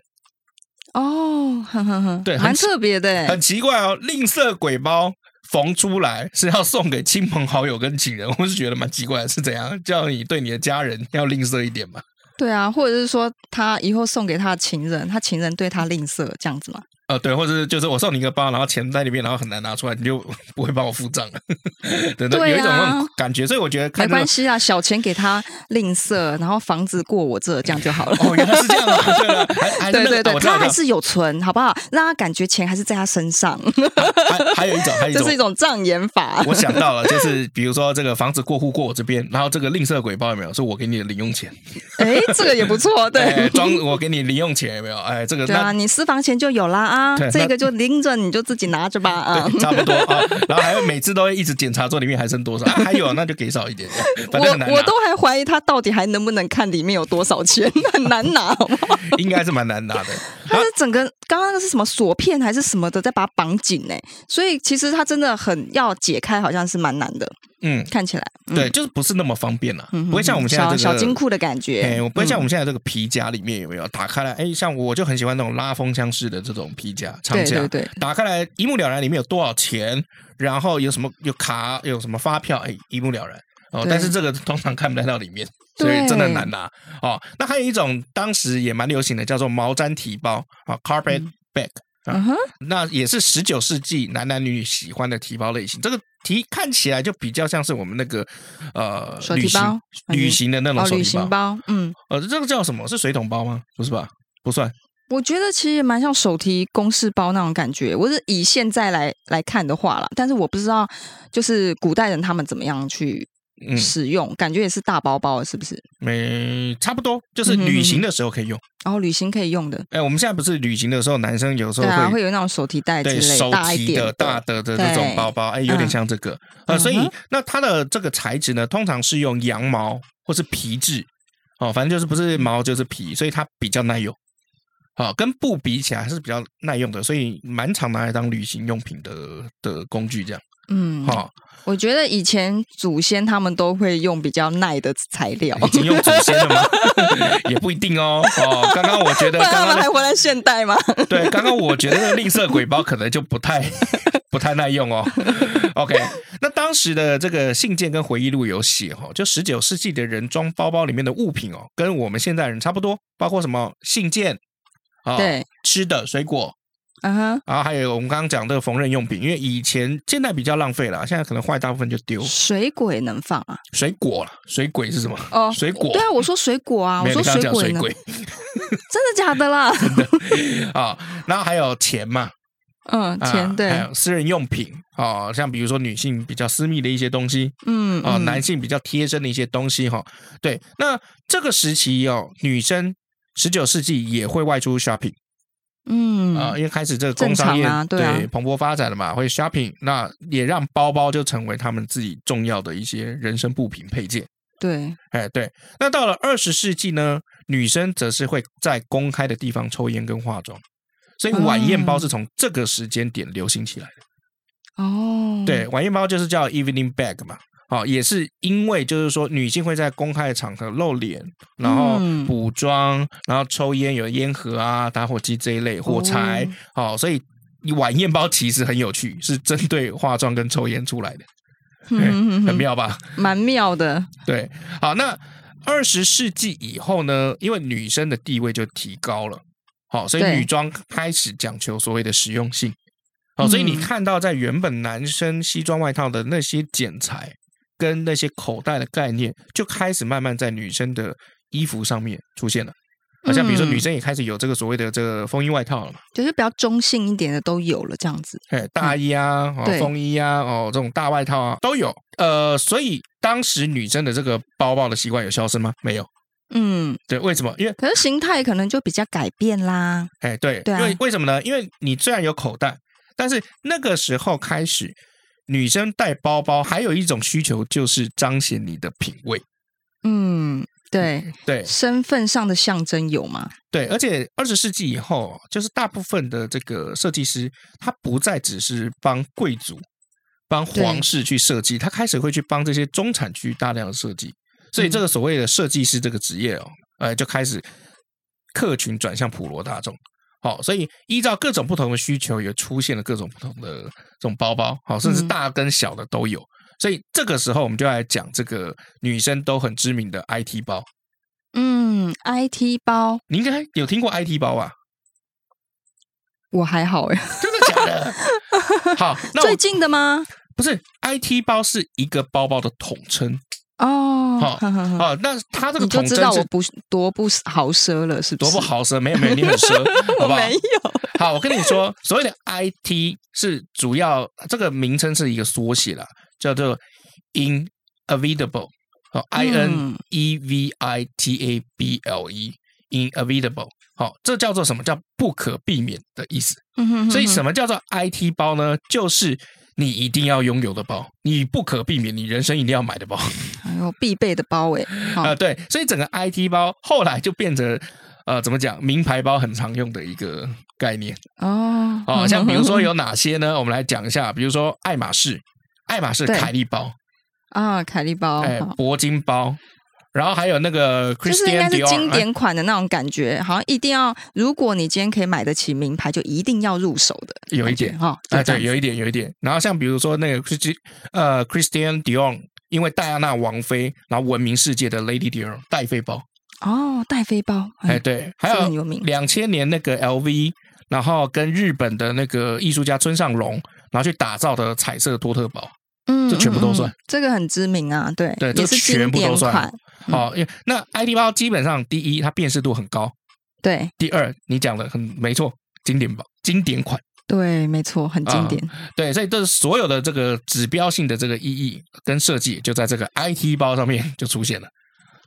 Speaker 2: 哦，哼哼哼，
Speaker 1: 对很
Speaker 2: 蛮特别的欸，
Speaker 1: 很奇怪哦，吝啬鬼包缝出来是要送给亲朋好友跟情人，我是觉得蛮奇怪的，是怎样？叫你对你的家人要吝啬一点嘛？
Speaker 2: 对啊，或者是说他以后送给他的情人，他情人对他吝啬这样子嘛？
Speaker 1: 呃，对，或者是就是我送你一个包，然后钱在里面，然后很难拿出来，你就 不会帮我付账了， 对对，
Speaker 2: 对啊
Speaker 1: 有一种那种感觉，所以我觉得
Speaker 2: 没
Speaker 1: 看这个
Speaker 2: 关系啊，小钱给他吝啬，然后房子过我这，这样就好了。
Speaker 1: 哦，原来是这样啊，对了，还还是
Speaker 2: 对
Speaker 1: 那个
Speaker 2: 对对
Speaker 1: 哦，我知道
Speaker 2: 他还
Speaker 1: 我知
Speaker 2: 是有存，好不好？让他感 觉钱还是在他身上，
Speaker 1: 道还还有一种，还有
Speaker 2: 这是一
Speaker 1: 种。
Speaker 2: 种障眼法。
Speaker 1: 我想到了，就是比如说这个房子过户过我这边，然后这个吝啬鬼包有没有？是我给你的零用钱，
Speaker 2: 哎，这个也 不错，
Speaker 1: 哎
Speaker 2: 对。
Speaker 1: 装我给你零用钱有没有？哎，这个
Speaker 2: 对啊，
Speaker 1: 那
Speaker 2: 你私房钱就有啦啊
Speaker 1: 对，
Speaker 2: 这个就拎着你就自己拿着吧啊。
Speaker 1: 对，差不多啊。然后还有每次都会一直检查说里面还剩多少，啊还有那就给少一点，
Speaker 2: 我
Speaker 1: 反正很难拿
Speaker 2: 我都还怀疑他到底还能不能看里面有多少钱， 很难拿，好不好？
Speaker 1: 应该是蛮难 拿的。
Speaker 2: 他是整个刚刚那个是什么锁片还是什么的，再把它绑紧呢、所以其实他真的很要解开，好像是蛮难的，
Speaker 1: 嗯，
Speaker 2: 看起来。嗯
Speaker 1: 对，，就是不是那么方便了，
Speaker 2: 嗯
Speaker 1: 不会像我们现在这个
Speaker 2: 小小金库的感觉
Speaker 1: 哎，我不会像
Speaker 2: 嗯
Speaker 1: 我们现在这个皮夹里面有没有打开来？哎，像我就很喜欢那种拉风箱式的这种皮夹长
Speaker 2: 对
Speaker 1: 夹，
Speaker 2: 对对，
Speaker 1: 打开来一目了然，里面有多少钱，然后有什么有卡，有什么发票，哎，一目了然。哦，
Speaker 2: 对
Speaker 1: 但是这个通常看不太到里面，所以真的很
Speaker 2: 对
Speaker 1: 难拿哦。那还有一种当时也蛮流行的，叫做毛毡提包啊，carpet bag。
Speaker 2: 嗯哼，
Speaker 1: 那也是十九世纪男男女女喜欢的提包类型。这个提看起来就比较像是我们那个呃
Speaker 2: 手
Speaker 1: 旅
Speaker 2: 提包
Speaker 1: 行旅行的那种
Speaker 2: 哦，
Speaker 1: 手
Speaker 2: 旅
Speaker 1: 提
Speaker 2: 行包，嗯，
Speaker 1: 呃，这个叫什么？是水桶包吗？不是吧？不算。
Speaker 2: 我觉得其实蛮像手提公事包那种感觉。我是以现在来来看的话啦，但是我不知道就是古代人他们怎么样去
Speaker 1: 嗯，
Speaker 2: 使用，感觉也是大包包，是不是？
Speaker 1: 没差不多，就是
Speaker 2: 嗯
Speaker 1: 旅行的时候可以用。
Speaker 2: 然后旅行可以用的，
Speaker 1: 哎、我们现在不是旅行的时候，男生有时
Speaker 2: 对
Speaker 1: 候
Speaker 2: 啊，会有那种手提袋之
Speaker 1: 对
Speaker 2: 类
Speaker 1: 手
Speaker 2: 大一
Speaker 1: 提
Speaker 2: 点
Speaker 1: 的大的的那种
Speaker 2: 对
Speaker 1: 包包，哎，有点
Speaker 2: 嗯
Speaker 1: 像这个。呃，
Speaker 2: 嗯
Speaker 1: 所以
Speaker 2: 哼
Speaker 1: 那它的这个材质呢，通常是用羊毛或是皮质，哦，反正就是不是毛就是皮，所以它比较耐用。好、跟布比起来还是比较耐用的，所以蛮常拿来当旅行用品的的工具这样。哦
Speaker 2: 嗯，
Speaker 1: 好、
Speaker 2: 我觉得以前祖先他们都会用比较耐的材料，
Speaker 1: 已经用祖先了吗？ 也不一定哦。哦，刚刚我觉
Speaker 2: 不
Speaker 1: 得，
Speaker 2: 然他
Speaker 1: 刚
Speaker 2: 们还
Speaker 1: 刚
Speaker 2: 活在现代吗？
Speaker 1: 对，刚刚我觉得那个吝啬鬼包可能就不太 不太耐用哦。OK，那当时的这个信件跟回忆录有写哦，就十九世纪的人装包包里面的物品哦，跟我们现在人差不多，包括什么信件啊、
Speaker 2: 对，
Speaker 1: 吃的、水果，
Speaker 2: 嗯哼，
Speaker 1: 然后还有我们刚刚讲这个缝纫用品，因为以前现在比较浪费了，现在可能坏大部分就丢
Speaker 2: 水果也能放啊？
Speaker 1: 水果了。水鬼是什么？
Speaker 2: 哦，
Speaker 1: 水果
Speaker 2: 对。啊，我说水果啊，我
Speaker 1: 没有，
Speaker 2: 说
Speaker 1: 你刚刚讲
Speaker 2: 水果也
Speaker 1: 水
Speaker 2: 能，
Speaker 1: 鬼
Speaker 2: 真的假的啦？
Speaker 1: 啊、然后还有钱嘛，
Speaker 2: 嗯，
Speaker 1: 啊
Speaker 2: 钱对
Speaker 1: 还，有私人用品哦，像比如说女性比较私密的一些东西
Speaker 2: 嗯，
Speaker 1: 哦，
Speaker 2: 嗯
Speaker 1: 男性比较贴身的一些东西哈、对，那这个时期哦，女生十九世纪也会外出 shopping
Speaker 2: 嗯
Speaker 1: 啊、因为开始这个工商
Speaker 2: 正
Speaker 1: 业、
Speaker 2: 常啊对啊
Speaker 1: 蓬勃发展了嘛，会 shopping，那也让包包就成为他们自己重要的一些人生物品配件。
Speaker 2: 对，
Speaker 1: 哎，对，那到了二十世纪呢，女生则是会在公开的地方抽烟跟化妆，所以晚宴包
Speaker 2: 嗯
Speaker 1: 是从这个时间点流行起来的。
Speaker 2: 哦，
Speaker 1: 对，晚宴包就是叫 evening bag 嘛。哦，也是因为就是说女性会在公开的场合露脸，然后
Speaker 2: 嗯
Speaker 1: 补妆，然后抽烟，有烟盒啊、打火机这一类火柴，哦所以晚宴包其实很有趣，是针对化妆跟抽烟出来的，
Speaker 2: 嗯
Speaker 1: 很，妙吧？
Speaker 2: 蛮妙的。
Speaker 1: 对，好，那二十世纪以后呢，因为女生的地位就提高了，好、所以
Speaker 2: 对
Speaker 1: 女装开始讲求所谓的实用性。好、所以你
Speaker 2: 嗯
Speaker 1: 看到在原本男生西装外套的那些剪裁跟那些口袋的概念，就开始慢慢在女生的衣服上面出现了。好像比如说，
Speaker 2: 嗯
Speaker 1: 女生也开始有这个所谓的这个风衣外套了嘛，
Speaker 2: 就是比较中性一点的都有了，这样子。
Speaker 1: 哎，大衣啊，哦
Speaker 2: 嗯对，
Speaker 1: 风衣啊，哦，这种大外套啊都有。呃，所以当时女生的这个包包的习惯有消失吗？没有。
Speaker 2: 嗯，
Speaker 1: 对，为什么？因为
Speaker 2: 可是形态可能就比较改变啦。
Speaker 1: 哎，对，
Speaker 2: 对啊
Speaker 1: 因为为什么呢？因为你虽然有口袋，但是那个时候开始，女生带包包还有一种需求就是彰显你的品味。
Speaker 2: 嗯，对，
Speaker 1: 对
Speaker 2: 身份上的象征有吗？
Speaker 1: 对，而且二十世纪以后，就是大部分的这个设计师，他不再只是帮贵族、帮皇室去设计，他开始会去帮这些中产区大量的设计。所以这个所谓的设计师这个职业哦，呃，就开始客群转向普罗大众。好、所以依照各种不同的需求，也出现了各种不同的这种包包，好、甚至
Speaker 2: 嗯
Speaker 1: 大跟小的都有。所以这个时候，我们就来讲这个女生都很知名的 IT 包。
Speaker 2: 嗯，IT 包
Speaker 1: 你应该有听过 IT 包吧？
Speaker 2: 我还好哎，
Speaker 1: 真的假 的？好，那
Speaker 2: 最
Speaker 1: 我
Speaker 2: 近的吗？
Speaker 1: 不是 IT 包是一个包包的统称
Speaker 2: 哦，
Speaker 1: 好
Speaker 2: 呵呵呵
Speaker 1: 哦，那它这个
Speaker 2: 你就
Speaker 1: 统
Speaker 2: 知道
Speaker 1: 称
Speaker 2: 我
Speaker 1: 是
Speaker 2: 不多不豪奢了，是不
Speaker 1: 多
Speaker 2: 是？
Speaker 1: 不，豪奢，没有没有，你很 奢，好
Speaker 2: 我
Speaker 1: 不好？
Speaker 2: 没有。
Speaker 1: 好，我跟你说，所谓的 IT 是主要这个名称是一个缩写啦，叫做 inevitable，好、i n
Speaker 2: 嗯
Speaker 1: e v i t a b l e，inevitable，好、这叫做什么叫不可避免的意思。
Speaker 2: 嗯哼哼
Speaker 1: 所以什
Speaker 2: 么？
Speaker 1: 么叫做 IT 包呢？就是你一定要拥有的包，你不可避免，你人生一定要买的包啊、
Speaker 2: 哎呦，必备的包哎，好
Speaker 1: 呃对，所以整个 IT 包后来就变成呃，怎么讲，名牌包很常用的一个概念
Speaker 2: 哦，
Speaker 1: 哦。像比如说
Speaker 2: 嗯
Speaker 1: 有哪些呢？我们来讲一下，比如说爱马仕、爱马仕
Speaker 2: 对
Speaker 1: 凯利包、
Speaker 2: 啊，凯利包，
Speaker 1: 哎
Speaker 2: 好
Speaker 1: 铂金包，然后还有那个
Speaker 2: 就是应
Speaker 1: Christian
Speaker 2: 该是
Speaker 1: Dior，
Speaker 2: 经
Speaker 1: 哎
Speaker 2: 典款的那种感觉，好像一定要，如果你今天可以买得起名牌，就一定要入手的感觉，
Speaker 1: 有一点
Speaker 2: 哈，
Speaker 1: 哎，
Speaker 2: 就这样
Speaker 1: 对，有一点，有一点。然后像比如说那个 Christi 呃 Christian Dior，因为戴安娜王妃，然后闻名世界的 Lady Dior 戴妃包，
Speaker 2: 哦，戴妃包，
Speaker 1: 哎，，对，还
Speaker 2: 这个很
Speaker 1: 有
Speaker 2: 有名
Speaker 1: 两千年那个 LV，然后跟日本的那个艺术家村上隆，然后去打造的彩色托特包。
Speaker 2: 嗯
Speaker 1: 这全部都算
Speaker 2: 嗯嗯这个很知名啊，对，
Speaker 1: 对这
Speaker 2: 也是
Speaker 1: 全
Speaker 2: 经
Speaker 1: 部都
Speaker 2: 典
Speaker 1: 算
Speaker 2: 款，嗯
Speaker 1: 好、哦因为那 ID 包基本上第一，它辨识度很高；
Speaker 2: 对
Speaker 1: 第二，你讲的很没错，经典包、经典款。
Speaker 2: 对，没错，很经典，
Speaker 1: 对，所以这是所有的这个指标性的这个意义跟设计，就在这个 IT 包上面就出现了。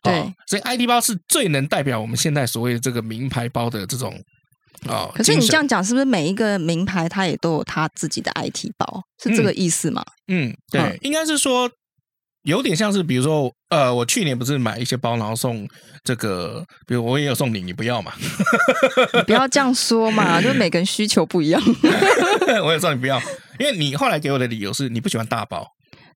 Speaker 2: 对
Speaker 1: 哦所以 IT 包是最能代表我们现在所谓的这个名牌包的这种啊。哦
Speaker 2: 可是
Speaker 1: 精
Speaker 2: 你
Speaker 1: 神
Speaker 2: 这样讲，是不是每一个名牌它也都有它自己的 IT 包，是这个意思吗？
Speaker 1: 嗯，对，
Speaker 2: 嗯
Speaker 1: 应该是说有点像是，比如说，呃，我去年不是买一些包，然后送这个，比如我也有送你，你不 要嘛，
Speaker 2: 你不要这样说 嘛，就是每个人需求不一样。
Speaker 1: 我也送你不要，因为你后来给我的理由是你不喜欢大包，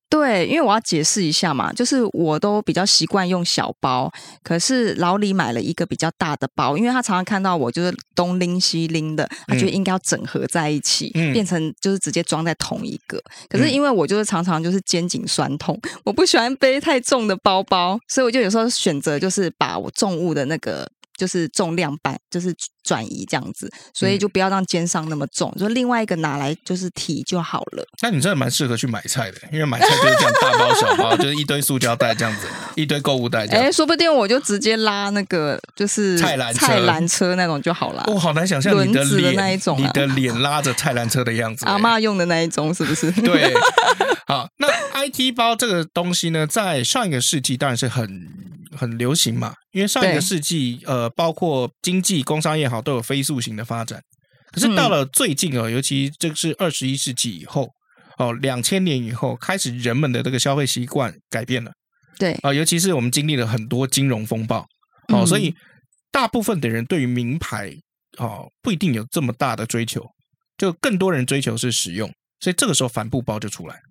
Speaker 2: 对，因为我要解释一下嘛，就是我都比较习惯用小包，可是老李买了一个比较大的包，因为他常常看到我就是东拎西拎的，他觉得
Speaker 1: 嗯
Speaker 2: 应该要整合在一起，
Speaker 1: 嗯
Speaker 2: 变成就是直接装在同一个。可是
Speaker 1: 嗯
Speaker 2: 因为我就是常常就是肩颈酸痛，我不喜欢背太重的包包，所以我就有时候选择就是把我重物的那个。就是重量搬，就是转移这样子，所以
Speaker 1: 嗯
Speaker 2: 就不要让肩上那么重，就另外一个拿来就是提就好了。
Speaker 1: 那你真的蛮适合去买菜的，因为买菜就是这样大包小包，就是一堆塑胶袋这样子，一堆购物袋这
Speaker 2: 哎、
Speaker 1: 样。
Speaker 2: 说不定我就直接拉那个就是
Speaker 1: 菜篮车哦
Speaker 2: 菜篮车那种就好啦。
Speaker 1: 我、好难想象你的
Speaker 2: 轮子的
Speaker 1: 脸，
Speaker 2: 那一种啊
Speaker 1: 你的脸拉着菜篮车的样子、欸
Speaker 2: 阿妈用的那一种是不 是？
Speaker 1: 对，好，那 IT 包这个东西呢，在上一个世纪当然是很很流行嘛，因为上一个
Speaker 2: 对
Speaker 1: 世纪呃，包括经济、工商业好都有飞速型的发展。可是到了最近哦，尤其这个是二十一世纪以后哦，两千年以后开始，人们的这个消费习惯改变了
Speaker 2: 对，
Speaker 1: 啊、尤其是我们经历了很多金融风暴哦，
Speaker 2: 嗯
Speaker 1: 所以大部分的人对于名牌哦不一定有这么大的追求，就更多人追求是实用，所以这个时候帆布包就出来了。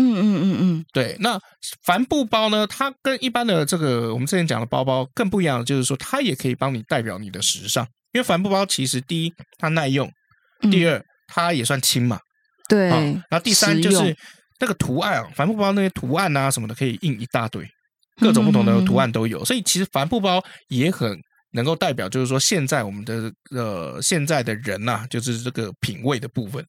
Speaker 2: 嗯嗯嗯
Speaker 1: 对，那帆布包呢，它跟一般的这个我们之前讲的包包更不一样，就是说它也可以帮你代表你的时尚，因为帆布包其实第一它耐用，
Speaker 2: 嗯，
Speaker 1: 第
Speaker 2: 二
Speaker 1: 二它也算轻嘛，
Speaker 2: 对嗯
Speaker 1: 啊，，然后第三
Speaker 2: 实
Speaker 1: 就
Speaker 2: 用
Speaker 1: 是那个图案啊，帆布包那些图案啊什么的可以印一大堆，各种不同
Speaker 2: 嗯
Speaker 1: 的图案都有，所以其实帆布包也很能够代表，就是说现在我们的呃现在的人呐、就是这个品味的部分。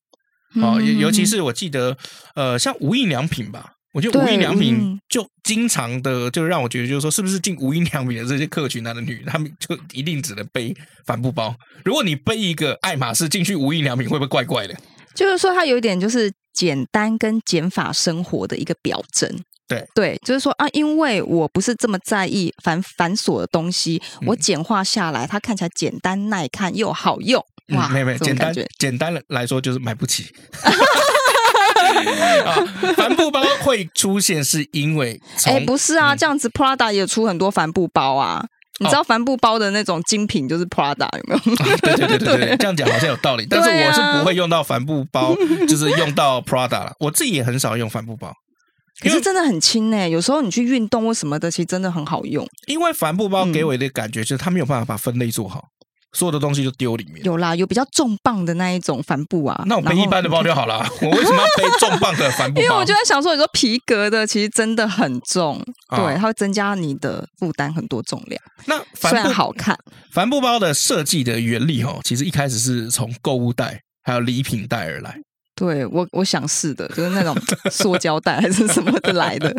Speaker 2: 嗯
Speaker 1: 哦，尤尤其是我记得，呃，像无印良品吧，我觉得无
Speaker 2: 对嗯
Speaker 1: 印良
Speaker 2: 无
Speaker 1: 品
Speaker 2: 印
Speaker 1: 就经常的就让我觉得，就是说，是不是进无印良品的这些客群男的女，他们就一定只能背帆布包？如果你背一个爱马仕进去无印良品，会不会怪怪的？
Speaker 2: 就是说，它有一点就是简单跟减法生活的一个表征。
Speaker 1: 对
Speaker 2: 对，就是说啊，因为我不是这么在意繁繁琐的东西，我
Speaker 1: 嗯
Speaker 2: 简化下来，它看起来简单耐看又好用。哇，
Speaker 1: 嗯，没有没有，
Speaker 2: 这种
Speaker 1: 简
Speaker 2: 感
Speaker 1: 单
Speaker 2: 觉
Speaker 1: 简单的来说就是买不 起。啊，帆布包会出现是因为从、
Speaker 2: 哎，不是
Speaker 1: 嗯
Speaker 2: 啊，
Speaker 1: 哦
Speaker 2: 这样子 Prada 也出很多帆布包啊。你知道帆布包的那种精品就是 Prada 有 没有？
Speaker 1: 啊对对对对对，这样讲好像有道理，但是
Speaker 2: 对
Speaker 1: 我
Speaker 2: 啊
Speaker 1: 是不会用到帆布 包，就是用到 Prada 了。我自己也很少用帆布包，
Speaker 2: 可
Speaker 1: 因为
Speaker 2: 是真的很轻哎、有时候你去运动或什么的，其实真的很好用。
Speaker 1: 因为帆布包给我的感觉就是它没有办法把分类做好，所有的东西就丢里面。
Speaker 2: 有啦，有比较重磅的那一种帆布啊。
Speaker 1: 那我背
Speaker 2: 然后
Speaker 1: 一般的包就好了， 我为什么要背重磅的帆布
Speaker 2: 因为
Speaker 1: 包
Speaker 2: 我就？在想说，你说皮革的其实真的很重，
Speaker 1: 啊
Speaker 2: 对，它会增加你的负担很多重量，
Speaker 1: 那
Speaker 2: 虽
Speaker 1: 帆
Speaker 2: 然
Speaker 1: 布
Speaker 2: 好看，
Speaker 1: 帆布包的设计的原理哦，其实一开始是从购物袋还有礼品袋而来。
Speaker 2: 对我我想是的，就是 那种塑胶袋还是什么的来的，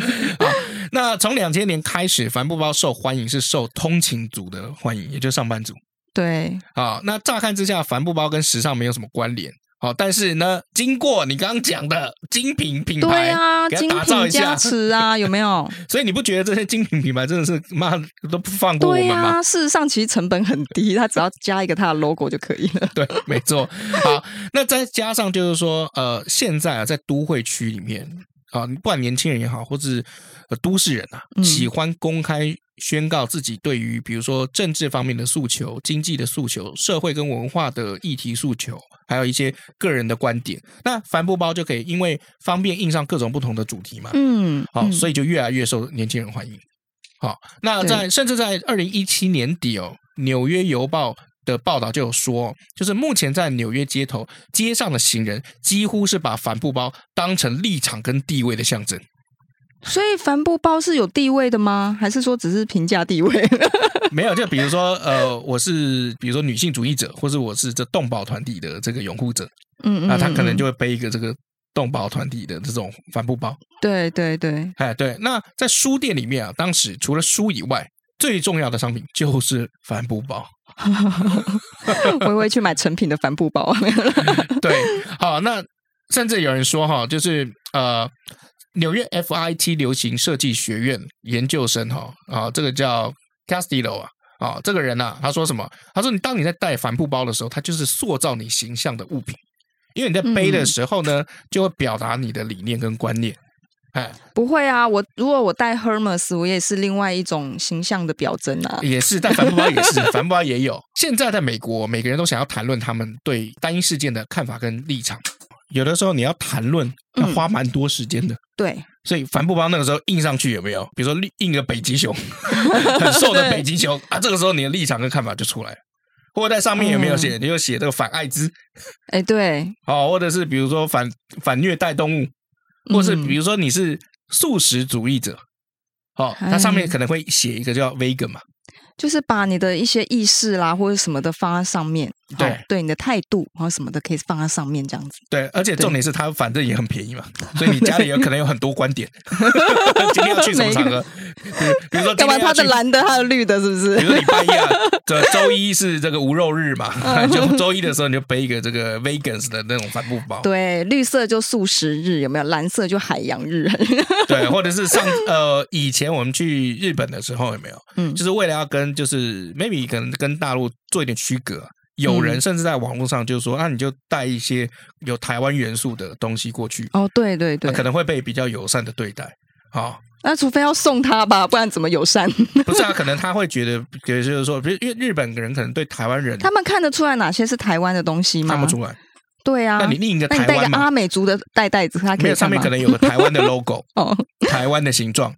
Speaker 1: 那从两千年开始，帆布包受欢迎是受通勤族的欢迎，也就是上班族。
Speaker 2: 对，
Speaker 1: 啊、那乍看之下，帆布包跟时尚没有什么关联。好、但是呢，经过你刚刚讲的精品品牌，
Speaker 2: 对啊，
Speaker 1: 给它
Speaker 2: 精
Speaker 1: 打造
Speaker 2: 品
Speaker 1: 一下
Speaker 2: 加持啊，有没有？
Speaker 1: 所以你不觉得这些精品品牌真的是妈都不放过我
Speaker 2: 对
Speaker 1: 们吗？
Speaker 2: 啊，事实上其实成本很低，它只要加一个它的 logo 就可以了。
Speaker 1: 对，没错。好，那再加上就是说，呃，现在啊，在都会区里面啊，不管年轻人也好，或是、呃、都市人啊，
Speaker 2: 嗯
Speaker 1: 喜欢公开宣告自己对于比如说政治方面的诉求、经济的诉求、社会跟文化的议题诉求，还有一些个人的观点。那帆布包就可以因为方便印上各种不同的主题嘛，
Speaker 2: 嗯，
Speaker 1: 啊好、
Speaker 2: 嗯
Speaker 1: 所以就越来越受年轻人欢迎。好，那
Speaker 2: 对
Speaker 1: 在甚至在二零一七年底哦，《纽约邮报》的报道就有说，就是目前在纽约街头街上的行人几乎是把帆布包当成立场跟地位的象征。
Speaker 2: 所以帆布包是有地位的吗？还是说只是平价 地位？
Speaker 1: 没有，就比如说呃，我是比如说女性主义者，或是我是这动保团体的这个拥护者，
Speaker 2: 嗯嗯，
Speaker 1: 啊那他可能
Speaker 2: 嗯
Speaker 1: 就会背一个这个动保团体的这种帆布包。
Speaker 2: 对 对对，
Speaker 1: 哎，对，那在书店里面啊，当时除了书以外，最重要的商品就是帆布包。
Speaker 2: 我也会去买成品的帆布包。
Speaker 1: 对，好，那甚至有人说哈，就是呃，纽约 FIT 流行设计学院研究生哈啊，这个叫 Castillo 啊。啊、这个人呐、他说什么？他说你当你在带帆布包的时候，它就是塑造你形象的物品，因为你在背的
Speaker 2: 嗯
Speaker 1: 时候呢，就会表达你的理念跟观念。哎，
Speaker 2: 不会啊，我如果我戴 Hermes，我也是另外一种形象的表征啊。
Speaker 1: 也是，但帆布包也是，帆布包也有。现在在美国，每个人都想要谈论他们对单一事件的看法跟立场，有的时候你要谈论要花蛮多时间的。
Speaker 2: 对，
Speaker 1: 所以帆布包那个时候印上去有没有？比如说印个北极熊，很瘦 的北极熊啊，这个时候你的立场跟看法就出来了。或者在上面有没有
Speaker 2: 嗯
Speaker 1: 写？你就写这个反艾滋，
Speaker 2: 哎，对，
Speaker 1: 哦，或者是比如说反反虐待动物，或
Speaker 2: 嗯
Speaker 1: 是比如说你是素食主义者，哦，它上
Speaker 2: 哎
Speaker 1: 面可能会写一个叫 vegan 嘛，
Speaker 2: 就是把你的一些意识啦或者什么的放在上面，
Speaker 1: 对
Speaker 2: 好对，你的态度然后什么的可以放在上面这样子。
Speaker 1: 对，而且重点是它反正也很便宜嘛，所以你家里 有可能有很多观点。 今天要去什么场合？比如说今
Speaker 2: 干嘛？
Speaker 1: 天
Speaker 2: 它
Speaker 1: 要去
Speaker 2: 的蓝的，它的绿的，是不
Speaker 1: 比
Speaker 2: 是？
Speaker 1: 如说礼拜一啊，这周一是这个无肉日嘛，
Speaker 2: 嗯
Speaker 1: 就周一的时候你就背一个这个 vegans 的那种帆布包，
Speaker 2: 对，绿色就素食日，有没有？蓝色就海洋日。
Speaker 1: 对，或者是上 呃以前我们去日本的时候有没有，
Speaker 2: 嗯
Speaker 1: 就是为了要跟就是 maybe 可能跟大陆做一点区隔。有
Speaker 2: 嗯
Speaker 1: 人甚至在网络上就说，那、啊你就带一些有台湾元素的东西过去，
Speaker 2: 哦，对对
Speaker 1: 那
Speaker 2: 对，
Speaker 1: 可能会被比较友善的对待。 好、
Speaker 2: 那除非要送他吧，不然怎么友 善？
Speaker 1: 不是啊，可能他会觉得，觉得就是说，比如因为日本人可能对台湾人
Speaker 2: 他们看得出来哪些是台湾的东西吗？
Speaker 1: 看不出来，
Speaker 2: 对啊
Speaker 1: 那，你另一个
Speaker 2: 那
Speaker 1: 台
Speaker 2: 你带个
Speaker 1: 湾
Speaker 2: 阿
Speaker 1: 嘛，
Speaker 2: 美族的带袋子，啊它可
Speaker 1: 没
Speaker 2: 以
Speaker 1: 有上面可
Speaker 2: 干嘛
Speaker 1: 能有个台湾的 logo，
Speaker 2: 哦
Speaker 1: 台湾的形状，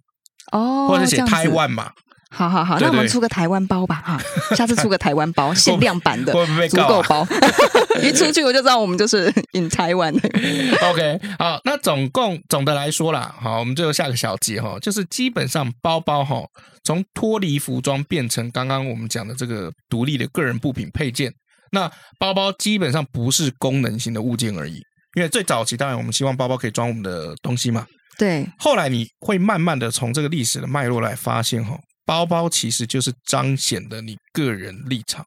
Speaker 2: 哦，
Speaker 1: 或者写
Speaker 2: 这样子
Speaker 1: 台。湾嘛，
Speaker 2: 好好好，
Speaker 1: 对
Speaker 2: 那我们
Speaker 1: 对
Speaker 2: 出个台湾包 吧哈，下次出个台湾包，限量版的
Speaker 1: 会不会被
Speaker 2: 足
Speaker 1: 告
Speaker 2: 够
Speaker 1: 啊？
Speaker 2: 包， 一出去我就知道我们就是 in 台湾 的。
Speaker 1: OK，好，那总共总的来说啦，好，我们最后下个小节哈，就是基本上包包哈，从脱离服装变成刚刚我们讲的这个独立的个人部品配件。那包包基本上不是功能性的物件而已，因为最早期当然我们希望包包可以装我们的东西嘛，
Speaker 2: 对，
Speaker 1: 后来你会慢慢的从这个历史的脉络来发现哈，包包其实就是彰显了你个人立场。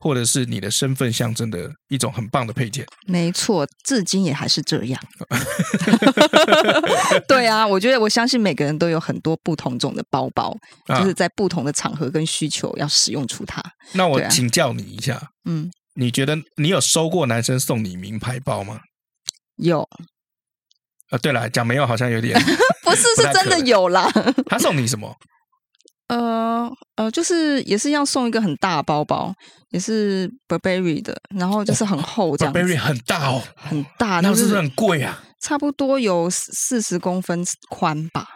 Speaker 1: 或者是你的身份象征的一种很棒的配件，
Speaker 2: 没错，至今也还是这样。
Speaker 1: 哦
Speaker 2: 对啊，我觉得我相信每个人都有很多不同种的包包，
Speaker 1: 啊
Speaker 2: 就是在不同的场合跟需求要使用出它。
Speaker 1: 那我
Speaker 2: 对啊
Speaker 1: 请教你一下，
Speaker 2: 嗯，
Speaker 1: 你觉得你有收过男生送你名牌包吗？
Speaker 2: 有，
Speaker 1: 啊，对了，讲没有好像有 点，
Speaker 2: 不是
Speaker 1: 不
Speaker 2: 是
Speaker 1: 太
Speaker 2: 真
Speaker 1: 可
Speaker 2: 的
Speaker 1: 能
Speaker 2: 有啦。
Speaker 1: 他送你什么？
Speaker 2: 呃呃，就是也是要送一个很大的包包，也是 Burberry 的，然后就是很厚这样子
Speaker 1: 哦 Burberry 很大哦，
Speaker 2: 很大，
Speaker 1: 那
Speaker 2: 就是
Speaker 1: 不是
Speaker 2: 是
Speaker 1: 很贵啊？
Speaker 2: 差不多有四十公分宽吧。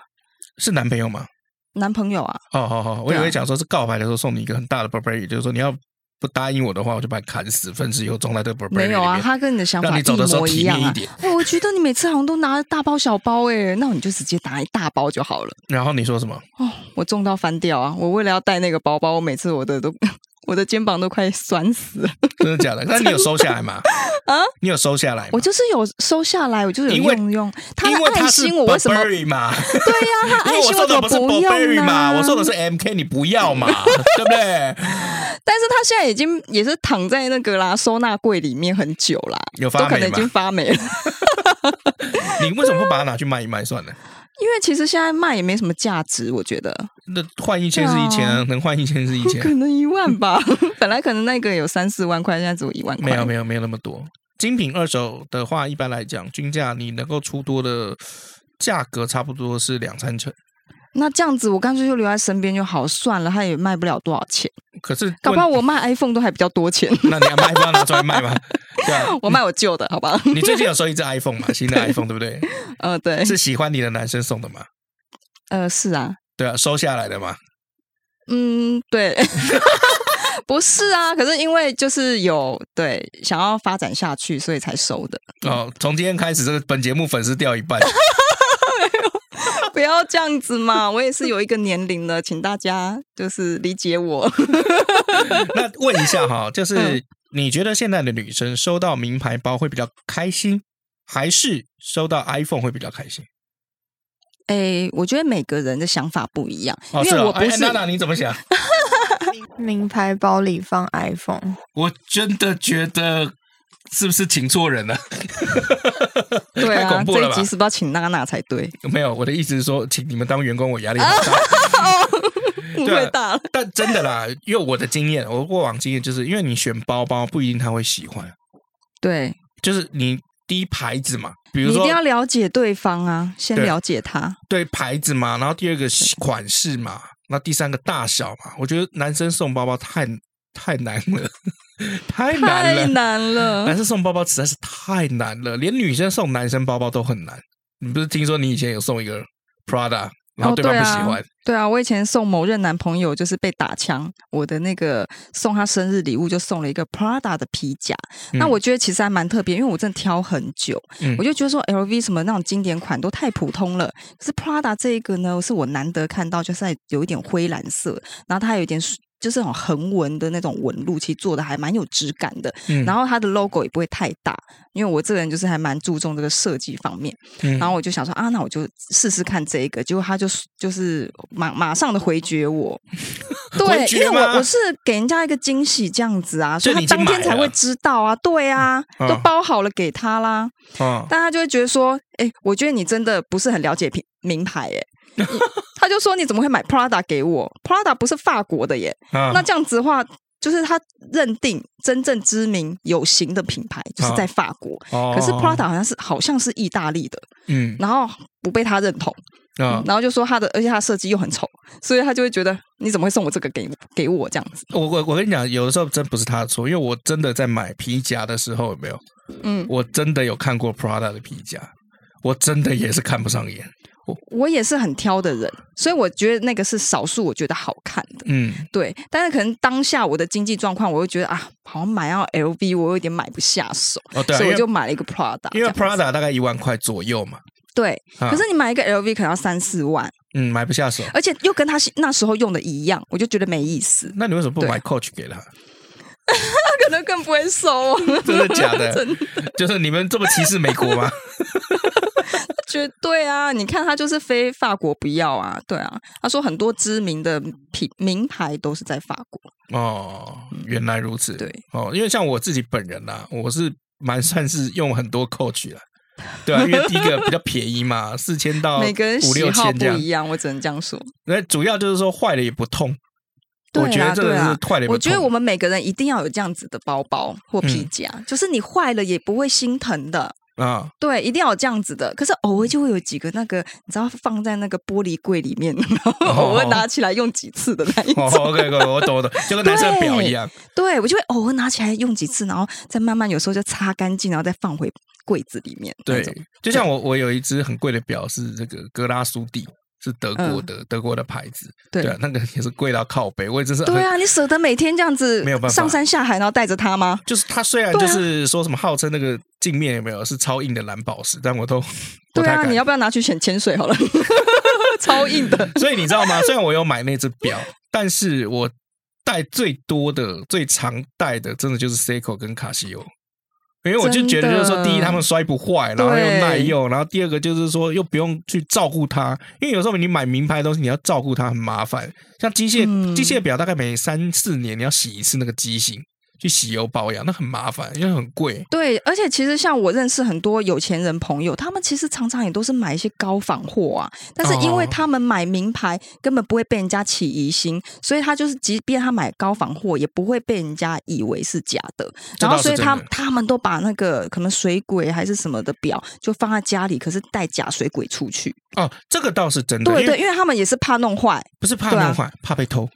Speaker 1: 是男朋友吗？
Speaker 2: 男朋友啊，
Speaker 1: 哦哦哦，我以
Speaker 2: 对啊
Speaker 1: 为讲说是告白的时候送你一个很大的 Burberry，就是说你要不答应我的话，我就把你砍死，分尸以后装在这个 Burberry
Speaker 2: 没有
Speaker 1: 里
Speaker 2: 啊，
Speaker 1: 面
Speaker 2: 他跟你的想
Speaker 1: 让
Speaker 2: 法
Speaker 1: 你走的时候
Speaker 2: 模
Speaker 1: 体
Speaker 2: 一样
Speaker 1: 面一
Speaker 2: 啊。
Speaker 1: 点。
Speaker 2: 哎，我觉得你每次好像都拿大包小包哎、那你就直接拿一大包就好了。
Speaker 1: 然后你说什么？
Speaker 2: 哦，我重到翻掉啊！我为了要带那个包包，我每次我的都 我的肩膀都快酸死了。
Speaker 1: 真的假 的？那你有收下来吗？
Speaker 2: 啊，
Speaker 1: 你有收下来吗？
Speaker 2: 我就是有收下来，我就是有
Speaker 1: 因为
Speaker 2: 用用他
Speaker 1: 因为
Speaker 2: 的爱
Speaker 1: 他是
Speaker 2: 心，我为什么？对
Speaker 1: Burberry 嘛？
Speaker 2: 呀、他
Speaker 1: 因为
Speaker 2: 爱
Speaker 1: 我
Speaker 2: 心
Speaker 1: 送的不
Speaker 2: 怎么
Speaker 1: 是
Speaker 2: 不
Speaker 1: Burberry
Speaker 2: 用啊
Speaker 1: 嘛，
Speaker 2: 呢？
Speaker 1: 我送的是 MK，你不要 嘛，对不对？
Speaker 2: 但是他现在已经也是躺在那个啦收纳柜里面很久啦，
Speaker 1: 有发
Speaker 2: 都可
Speaker 1: 霉
Speaker 2: 能已
Speaker 1: 吗
Speaker 2: 经发霉了。
Speaker 1: 你为什么不把它拿去卖一卖算了？
Speaker 2: 因为其实现在卖也没什么价值，我觉得
Speaker 1: 那换一千是一千、啊，能换一千是一千
Speaker 2: 可，能一万 吧。本来可能那个有三四万块，现在只有一万块。
Speaker 1: 没有没有没有那么多。精品二手的话，一般来讲均价你能够出多的价格，差不多是两三成。
Speaker 2: 那这样子，我干脆就留在身边就好，算了，他也卖不了多少钱，
Speaker 1: 可是问，
Speaker 2: 搞不好我卖 iPhone 都还比较多钱，
Speaker 1: 那你要卖，不要拿出来卖吗？对啊，
Speaker 2: 我卖我旧的，好吧？
Speaker 1: 你最近有收一只 iPhone 嘛？新的 iPhone 对不对？
Speaker 2: 呃，对，
Speaker 1: 是喜欢你的男生送的嘛？
Speaker 2: 呃，是啊，
Speaker 1: 对啊，收下来的嘛。
Speaker 2: 嗯，对， 不是啊，可是因为就是有对想要发展下去，所以才收的，
Speaker 1: 哦，从今天开始，这个本节目粉丝掉一半。
Speaker 2: 不要这样子嘛，我也是有一个年龄了，请大家就是理解我。
Speaker 1: 那问一下哈，就是
Speaker 2: 嗯
Speaker 1: 你觉得现在的女生收到名牌包会比较开心，还是收到 iPhone 会比较开心？
Speaker 2: 哎，我觉得每个人的想法不一样，
Speaker 1: 哦，
Speaker 2: 因
Speaker 1: 是
Speaker 2: 为
Speaker 1: 哦
Speaker 2: 我不
Speaker 1: 哎
Speaker 2: 是
Speaker 1: 娜娜，你怎么想？
Speaker 3: 名牌包里放 iPhone，
Speaker 1: 我真的觉得是不是请错人了？
Speaker 2: 对
Speaker 1: 太恐
Speaker 2: 啊，
Speaker 1: 怖
Speaker 2: 这
Speaker 1: 了
Speaker 2: 一
Speaker 1: 吧
Speaker 2: 集是不是要请娜娜才对？
Speaker 1: 没有，我的意思是说，请你们当员工，我压力好大。
Speaker 2: 误
Speaker 1: 对啊
Speaker 2: 会大了，
Speaker 1: 但真的啦，因为我的经验，我过往经验就是，因为你选包包不一定他会喜欢，
Speaker 2: 对。
Speaker 1: 就是你第一牌子嘛，比如
Speaker 2: 你一
Speaker 1: 说
Speaker 2: 定要了解对方啊，先
Speaker 1: 对
Speaker 2: 了解他。
Speaker 1: 对牌子嘛，然后第二个款式嘛，那第三个大小嘛，我觉得男生送包包太太难了， 太难 了，
Speaker 2: 太难了
Speaker 1: 男，生送包包实在是太难了，连女生送男生包包都很难。你不是听说你以前有送一个 Prada，然后
Speaker 2: 哦
Speaker 1: 对方不
Speaker 2: 对啊
Speaker 1: 喜欢，
Speaker 2: 对啊，我以前送某任男朋友就是被打枪，我的那个送他生日礼物就送了一个 Prada 的皮夹，
Speaker 1: 嗯
Speaker 2: 那我觉得其实还蛮特别，因为我真的挑很久，
Speaker 1: 嗯
Speaker 2: 我就觉得说 LV 什么那种经典款都太普通了，可是 Prada 这一个呢，是我难得看到，就是在有一点灰蓝色，然后它还有一点水就是那种横纹的那种纹路，其实做的还蛮有质感的，
Speaker 1: 嗯
Speaker 2: 然后它的 logo 也不会太大，因为我这个人就是还蛮注重这个设计方面。
Speaker 1: 嗯
Speaker 2: 然后我就想说啊，那我就试试看这一个，结果他就就是马马上的回 绝我，对
Speaker 1: 回，绝
Speaker 2: 因为
Speaker 1: 吗
Speaker 2: 我我是给人家一个惊喜这样子啊，
Speaker 1: 就
Speaker 2: 所以
Speaker 1: 你已
Speaker 2: 他
Speaker 1: 经
Speaker 2: 当
Speaker 1: 买
Speaker 2: 天才
Speaker 1: 了
Speaker 2: 会知道啊，对啊，
Speaker 1: 嗯
Speaker 2: 都包好了给他啦，
Speaker 1: 啊，
Speaker 2: 但他就会觉得说，哎，我觉得你真的不是很了解品名牌 耶。你他就说：“你怎么会买 Prada 给我？Prada 不是法国的耶，
Speaker 1: 啊
Speaker 2: 那这样子的话，就是他认定真正知名有形的品牌就是在法国，
Speaker 1: 哦
Speaker 2: 可是 Prada 好像是好像是意大利的，
Speaker 1: 嗯
Speaker 2: 然后不被他认同，
Speaker 1: 啊、
Speaker 2: 然后就说他的，而且他的设计又很丑，所以他就会觉得你怎么会送我这个给给我这样子？
Speaker 1: 我我我跟你讲，有的时候真不是他的错，因为我真的在买皮夹的时候，有没有？
Speaker 2: 嗯，
Speaker 1: 我真的有看过 Prada 的皮夹，我真的也是看不上眼。
Speaker 2: 我也是很挑的人，所以我觉得那个是少数我觉得好看的。
Speaker 1: 嗯，
Speaker 2: 对，但是可能当下我的经济状况，我会觉得啊，好像买到 LV 我有点买不下手，
Speaker 1: 哦对、啊，
Speaker 2: 所以
Speaker 1: 因
Speaker 2: 我
Speaker 1: 为
Speaker 2: 就买了一个 Prada 这
Speaker 1: 因
Speaker 2: 样
Speaker 1: 为
Speaker 2: 子。
Speaker 1: Prada 大概一万块左右嘛，
Speaker 2: 对，
Speaker 1: 啊
Speaker 2: 可是你买一个 LV 可能要三四万，
Speaker 1: 嗯买不下手。
Speaker 2: 而且又跟他那时候用的一样，我就觉得没意思，
Speaker 1: 那你为什么不
Speaker 2: 对啊
Speaker 1: 买 Coach 给他？
Speaker 2: 他 可能更不会收哦，
Speaker 1: 真的假的？
Speaker 2: 真
Speaker 1: 就是你们这么歧视美国吗？
Speaker 2: 绝对啊！你看他就是非法国不要啊，对啊，他说很多知名的品名牌都是在法国，
Speaker 1: 哦，原来如此。
Speaker 2: 对，
Speaker 1: 哦，因为像我自己本人啊，我是蛮算是用很多 Coach 啦。对啊，因为第一个比较便宜嘛，四千到
Speaker 2: 每个人
Speaker 1: 哦五
Speaker 2: 喜
Speaker 1: 六
Speaker 2: 好
Speaker 1: 千
Speaker 2: 不
Speaker 1: 这样
Speaker 2: 一。样，我只能这样说。
Speaker 1: 那主要就是说坏了也不痛，我
Speaker 2: 对
Speaker 1: 觉
Speaker 2: 啦
Speaker 1: 得这个
Speaker 2: 对啦
Speaker 1: 是坏了也不痛。
Speaker 2: 我觉得我们每个人一定要有这样子的包包或皮
Speaker 1: 嗯
Speaker 2: 夹，就是你坏了也不会心疼的。
Speaker 1: 啊，
Speaker 2: 对，一定要有这样子的。可是偶尔就会有几个那个，你知道放在那个玻璃柜里面，然后偶尔拿起来用几次的那一种。
Speaker 1: 哦，OK，我 我懂我懂，就跟男生的表一样。
Speaker 2: 对，我就会偶尔拿起来用几次，然后再慢慢有时候就擦干净，然后再放回柜子里面。
Speaker 1: 对，就像我我有一只很贵的表是这个格拉苏蒂，是德国的、德国的牌子，
Speaker 2: 嗯对
Speaker 1: 啊，那个也是贵到靠背，我也真是很
Speaker 2: 对啊，你舍得每天这样子
Speaker 1: 没有办法
Speaker 2: 上山下海，然后带着它吗？
Speaker 1: 就是它虽然
Speaker 2: 对
Speaker 1: 就
Speaker 2: 啊
Speaker 1: 是说什么号称那个镜面有没有是超硬的蓝宝石，但我都 不
Speaker 2: 对
Speaker 1: 太
Speaker 2: 啊，
Speaker 1: 敢。
Speaker 2: 你要不要拿去潜潜水好了？ 超硬 的，
Speaker 1: 所以你知道吗？虽然我有买那只表，但是我戴最多的、最常戴的，真的就是 Seiko 跟卡西欧。因为我就觉得，就是说，
Speaker 2: 真的
Speaker 1: 第一，他们摔不坏，然后又
Speaker 2: 对
Speaker 1: 耐用，然后第二个就是说，又不用去照顾它。因为有时候你买名牌的东西，你要照顾它很麻烦。像机械、
Speaker 2: 嗯
Speaker 1: 机械表，大概每三四年你要洗一次那个机芯，去洗油保养，那很麻烦，因为很贵。
Speaker 2: 对，而且其实像我认识很多有钱人朋友，他们其实常常也都是买一些高仿货啊，但是
Speaker 1: 哦
Speaker 2: 因为他们买名牌根本不会被人家起疑心，所以他就是即便他买高仿货，也不会被人家以为是假的。
Speaker 1: 这倒
Speaker 2: 然后
Speaker 1: 是
Speaker 2: 所以他
Speaker 1: 真的
Speaker 2: 他们都把那个可能水鬼还是什么的表就放在家里，可是带假水鬼出去。
Speaker 1: 哦，这个倒是真的，
Speaker 2: 对
Speaker 1: 因
Speaker 2: 对，
Speaker 1: 为
Speaker 2: 因为他们也是怕弄坏
Speaker 1: 不是怕
Speaker 2: 对啊
Speaker 1: 弄坏，怕被偷。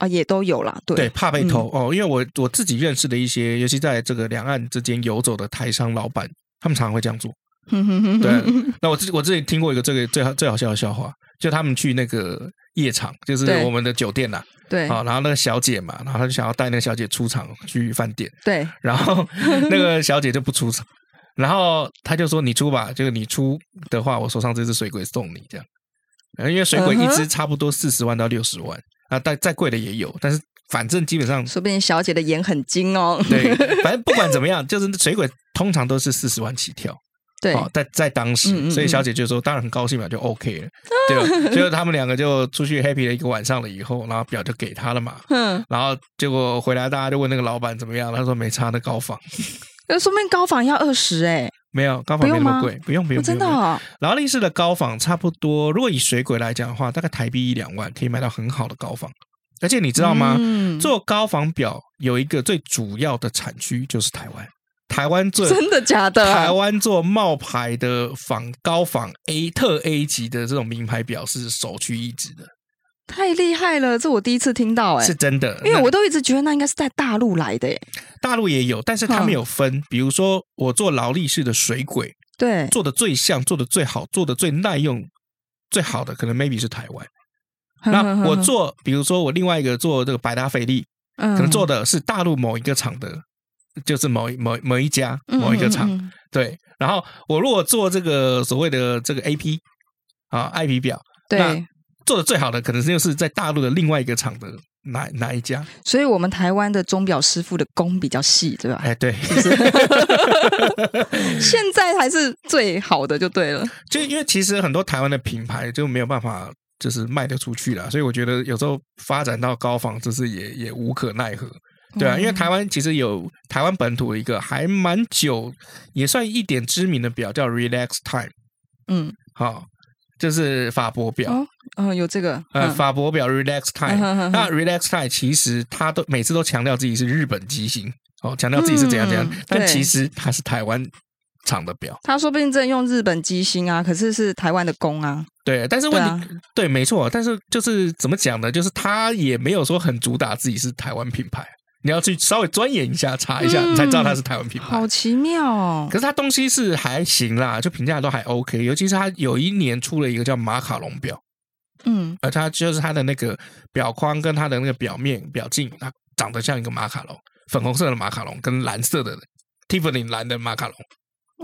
Speaker 2: 啊，也都有啦。对
Speaker 1: 对，怕被偷、
Speaker 2: 嗯
Speaker 1: 哦。因为我我自己认识的一些，尤其在这个两岸之间游走的台商老板，他们常常会这样 做。对，啊那我自我自己听过一个这个最好最好笑的笑话，就他们去那个夜场，就是
Speaker 2: 对
Speaker 1: 我们的酒店啦、
Speaker 2: 对
Speaker 1: 啊，然后那个小姐嘛，然后他就想要带那个小姐出场去饭 店，
Speaker 2: 对，
Speaker 1: 然后那个小姐就不出场。然后他就说：“你出吧，就是你出的话，我手上这只水鬼送你这样。然后因为水鬼一
Speaker 2: 嗯
Speaker 1: 只
Speaker 2: 哼
Speaker 1: 差不多四十万到六十万啊，但再贵的也有，但是反正基本上
Speaker 2: 说不定小姐的眼很精哦。
Speaker 1: 对，反正不管怎么样，就是水鬼通常都是四十万起跳，
Speaker 2: 对
Speaker 1: 哦，在在当时，
Speaker 2: 嗯嗯
Speaker 1: 所以
Speaker 2: 嗯
Speaker 1: 小姐就说当然很高兴嘛，就 OK 了，对吧？所以他们两个就出去 happy 了一个晚上了以后，然后表就给他了嘛，
Speaker 2: 嗯，
Speaker 1: 然后结果回来大家就问那个老板怎么样，他说没差，那高仿
Speaker 2: 那说明高仿要二十哎，
Speaker 1: 没有高仿没那么贵，不用不
Speaker 2: 我
Speaker 1: 用，
Speaker 2: 真
Speaker 1: 不
Speaker 2: 的
Speaker 1: 用。不用
Speaker 2: 哦。
Speaker 1: 劳力士的高仿差不多，如果以水鬼来讲的话，大概台币一两万可以买到很好的高仿，而且你知道吗？
Speaker 2: 嗯
Speaker 1: 做高仿表有一个最主要的产区就是台湾，台湾最
Speaker 2: 真的假的？啊
Speaker 1: 台湾做冒牌的仿高仿 A 特 A 级的这种名牌表是首屈一指的，
Speaker 2: 太厉害了，这我第一次听到哎、
Speaker 1: 是真的。
Speaker 2: 因为
Speaker 1: 那
Speaker 2: 我都一直觉得那应该是在大陆来的哎、
Speaker 1: 大陆也有，但是他们有
Speaker 2: 嗯
Speaker 1: 分，比如说我做劳力士的水鬼，
Speaker 2: 对，
Speaker 1: 做的最像、做的最好、做的最耐用、最好的，可能 maybe 是台 湾。那我做，比如说我另外一个做这个百达翡丽，
Speaker 2: 可
Speaker 1: 可能做的是大陆某一个厂的，就是某一某某一家某一个厂，
Speaker 2: 嗯
Speaker 1: 对，然后我如果做这个所谓的这个 A P 啊 I P 表那
Speaker 2: 对，
Speaker 1: 做的最好的，可能就是在大陆的另外一个厂的哪哪一家？
Speaker 2: 所以我们台湾的钟表师傅的工比较细，对吧？
Speaker 1: 哎，对，
Speaker 2: 现在还是最好的就对了。
Speaker 1: 就因为其实很多台湾的品牌就没有办法就是卖得出去了，所以我觉得有时候发展到高仿，就是也也无可奈何。对啊，因为台湾其实有台湾本土一个还蛮久，也算一点知名的表叫 Relax Time，
Speaker 2: 嗯
Speaker 1: 好、就是法国表。
Speaker 2: 哦嗯，有这个
Speaker 1: 呃，
Speaker 2: 嗯
Speaker 1: 法国表 Relax
Speaker 2: 嗯
Speaker 1: Time，、
Speaker 2: 哼哼
Speaker 1: 那
Speaker 2: 哼
Speaker 1: Relax Time 其实它都每次都强调自己是日本机型，哦，强调自己是怎样怎样，
Speaker 2: 嗯
Speaker 1: 但
Speaker 2: 对
Speaker 1: 其实它是台湾厂的表。
Speaker 2: 他说不定真的用日本机芯啊，可是是台湾的工啊。
Speaker 1: 对，但是问
Speaker 2: 对
Speaker 1: 题
Speaker 2: 啊，
Speaker 1: 对，没错，但是就是怎么讲呢？就是他也没有说很主打自己是台湾品牌，你要去稍微钻研一下，查一下，
Speaker 2: 嗯
Speaker 1: 你才知道它是台湾品牌
Speaker 2: 好。奇妙哦
Speaker 1: 可。是它东西是还行啦，就评价都还 OK，尤其是它有一年出了一个叫马卡龙表，
Speaker 2: 嗯，
Speaker 1: 而它就是它的那个表框跟它的那个表面表镜，它长得像一个马卡龙，粉红色的马卡龙跟蓝色的 Tiffany 蓝的马卡龙。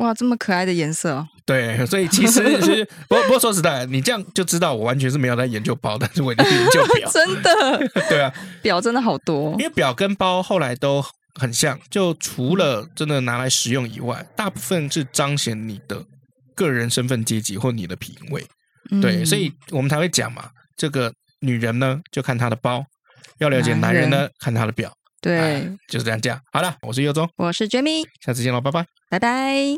Speaker 2: 哇，这么可爱的颜色哦。
Speaker 1: 对，所以其实 是不不过说实在，你这样就知道我完全是没有在研究包，但是我已经研究表。
Speaker 2: 真的
Speaker 1: 对啊，
Speaker 2: 表真的好多
Speaker 1: 因，为表跟包后来都很像，就除了真的拿来使用以外，大部分是彰显你的个人身份、阶级或你的品味。对，
Speaker 2: 嗯
Speaker 1: 所以我们才会讲嘛，这个女人呢就看她的包，要了解男
Speaker 2: 男
Speaker 1: 人
Speaker 2: 人
Speaker 1: 呢看他的表，
Speaker 2: 对
Speaker 1: 哎哎，就是这样这样。好了，我是尤忠，
Speaker 2: 我是 Jamie，
Speaker 1: 下次见喽，拜拜。
Speaker 2: 拜拜。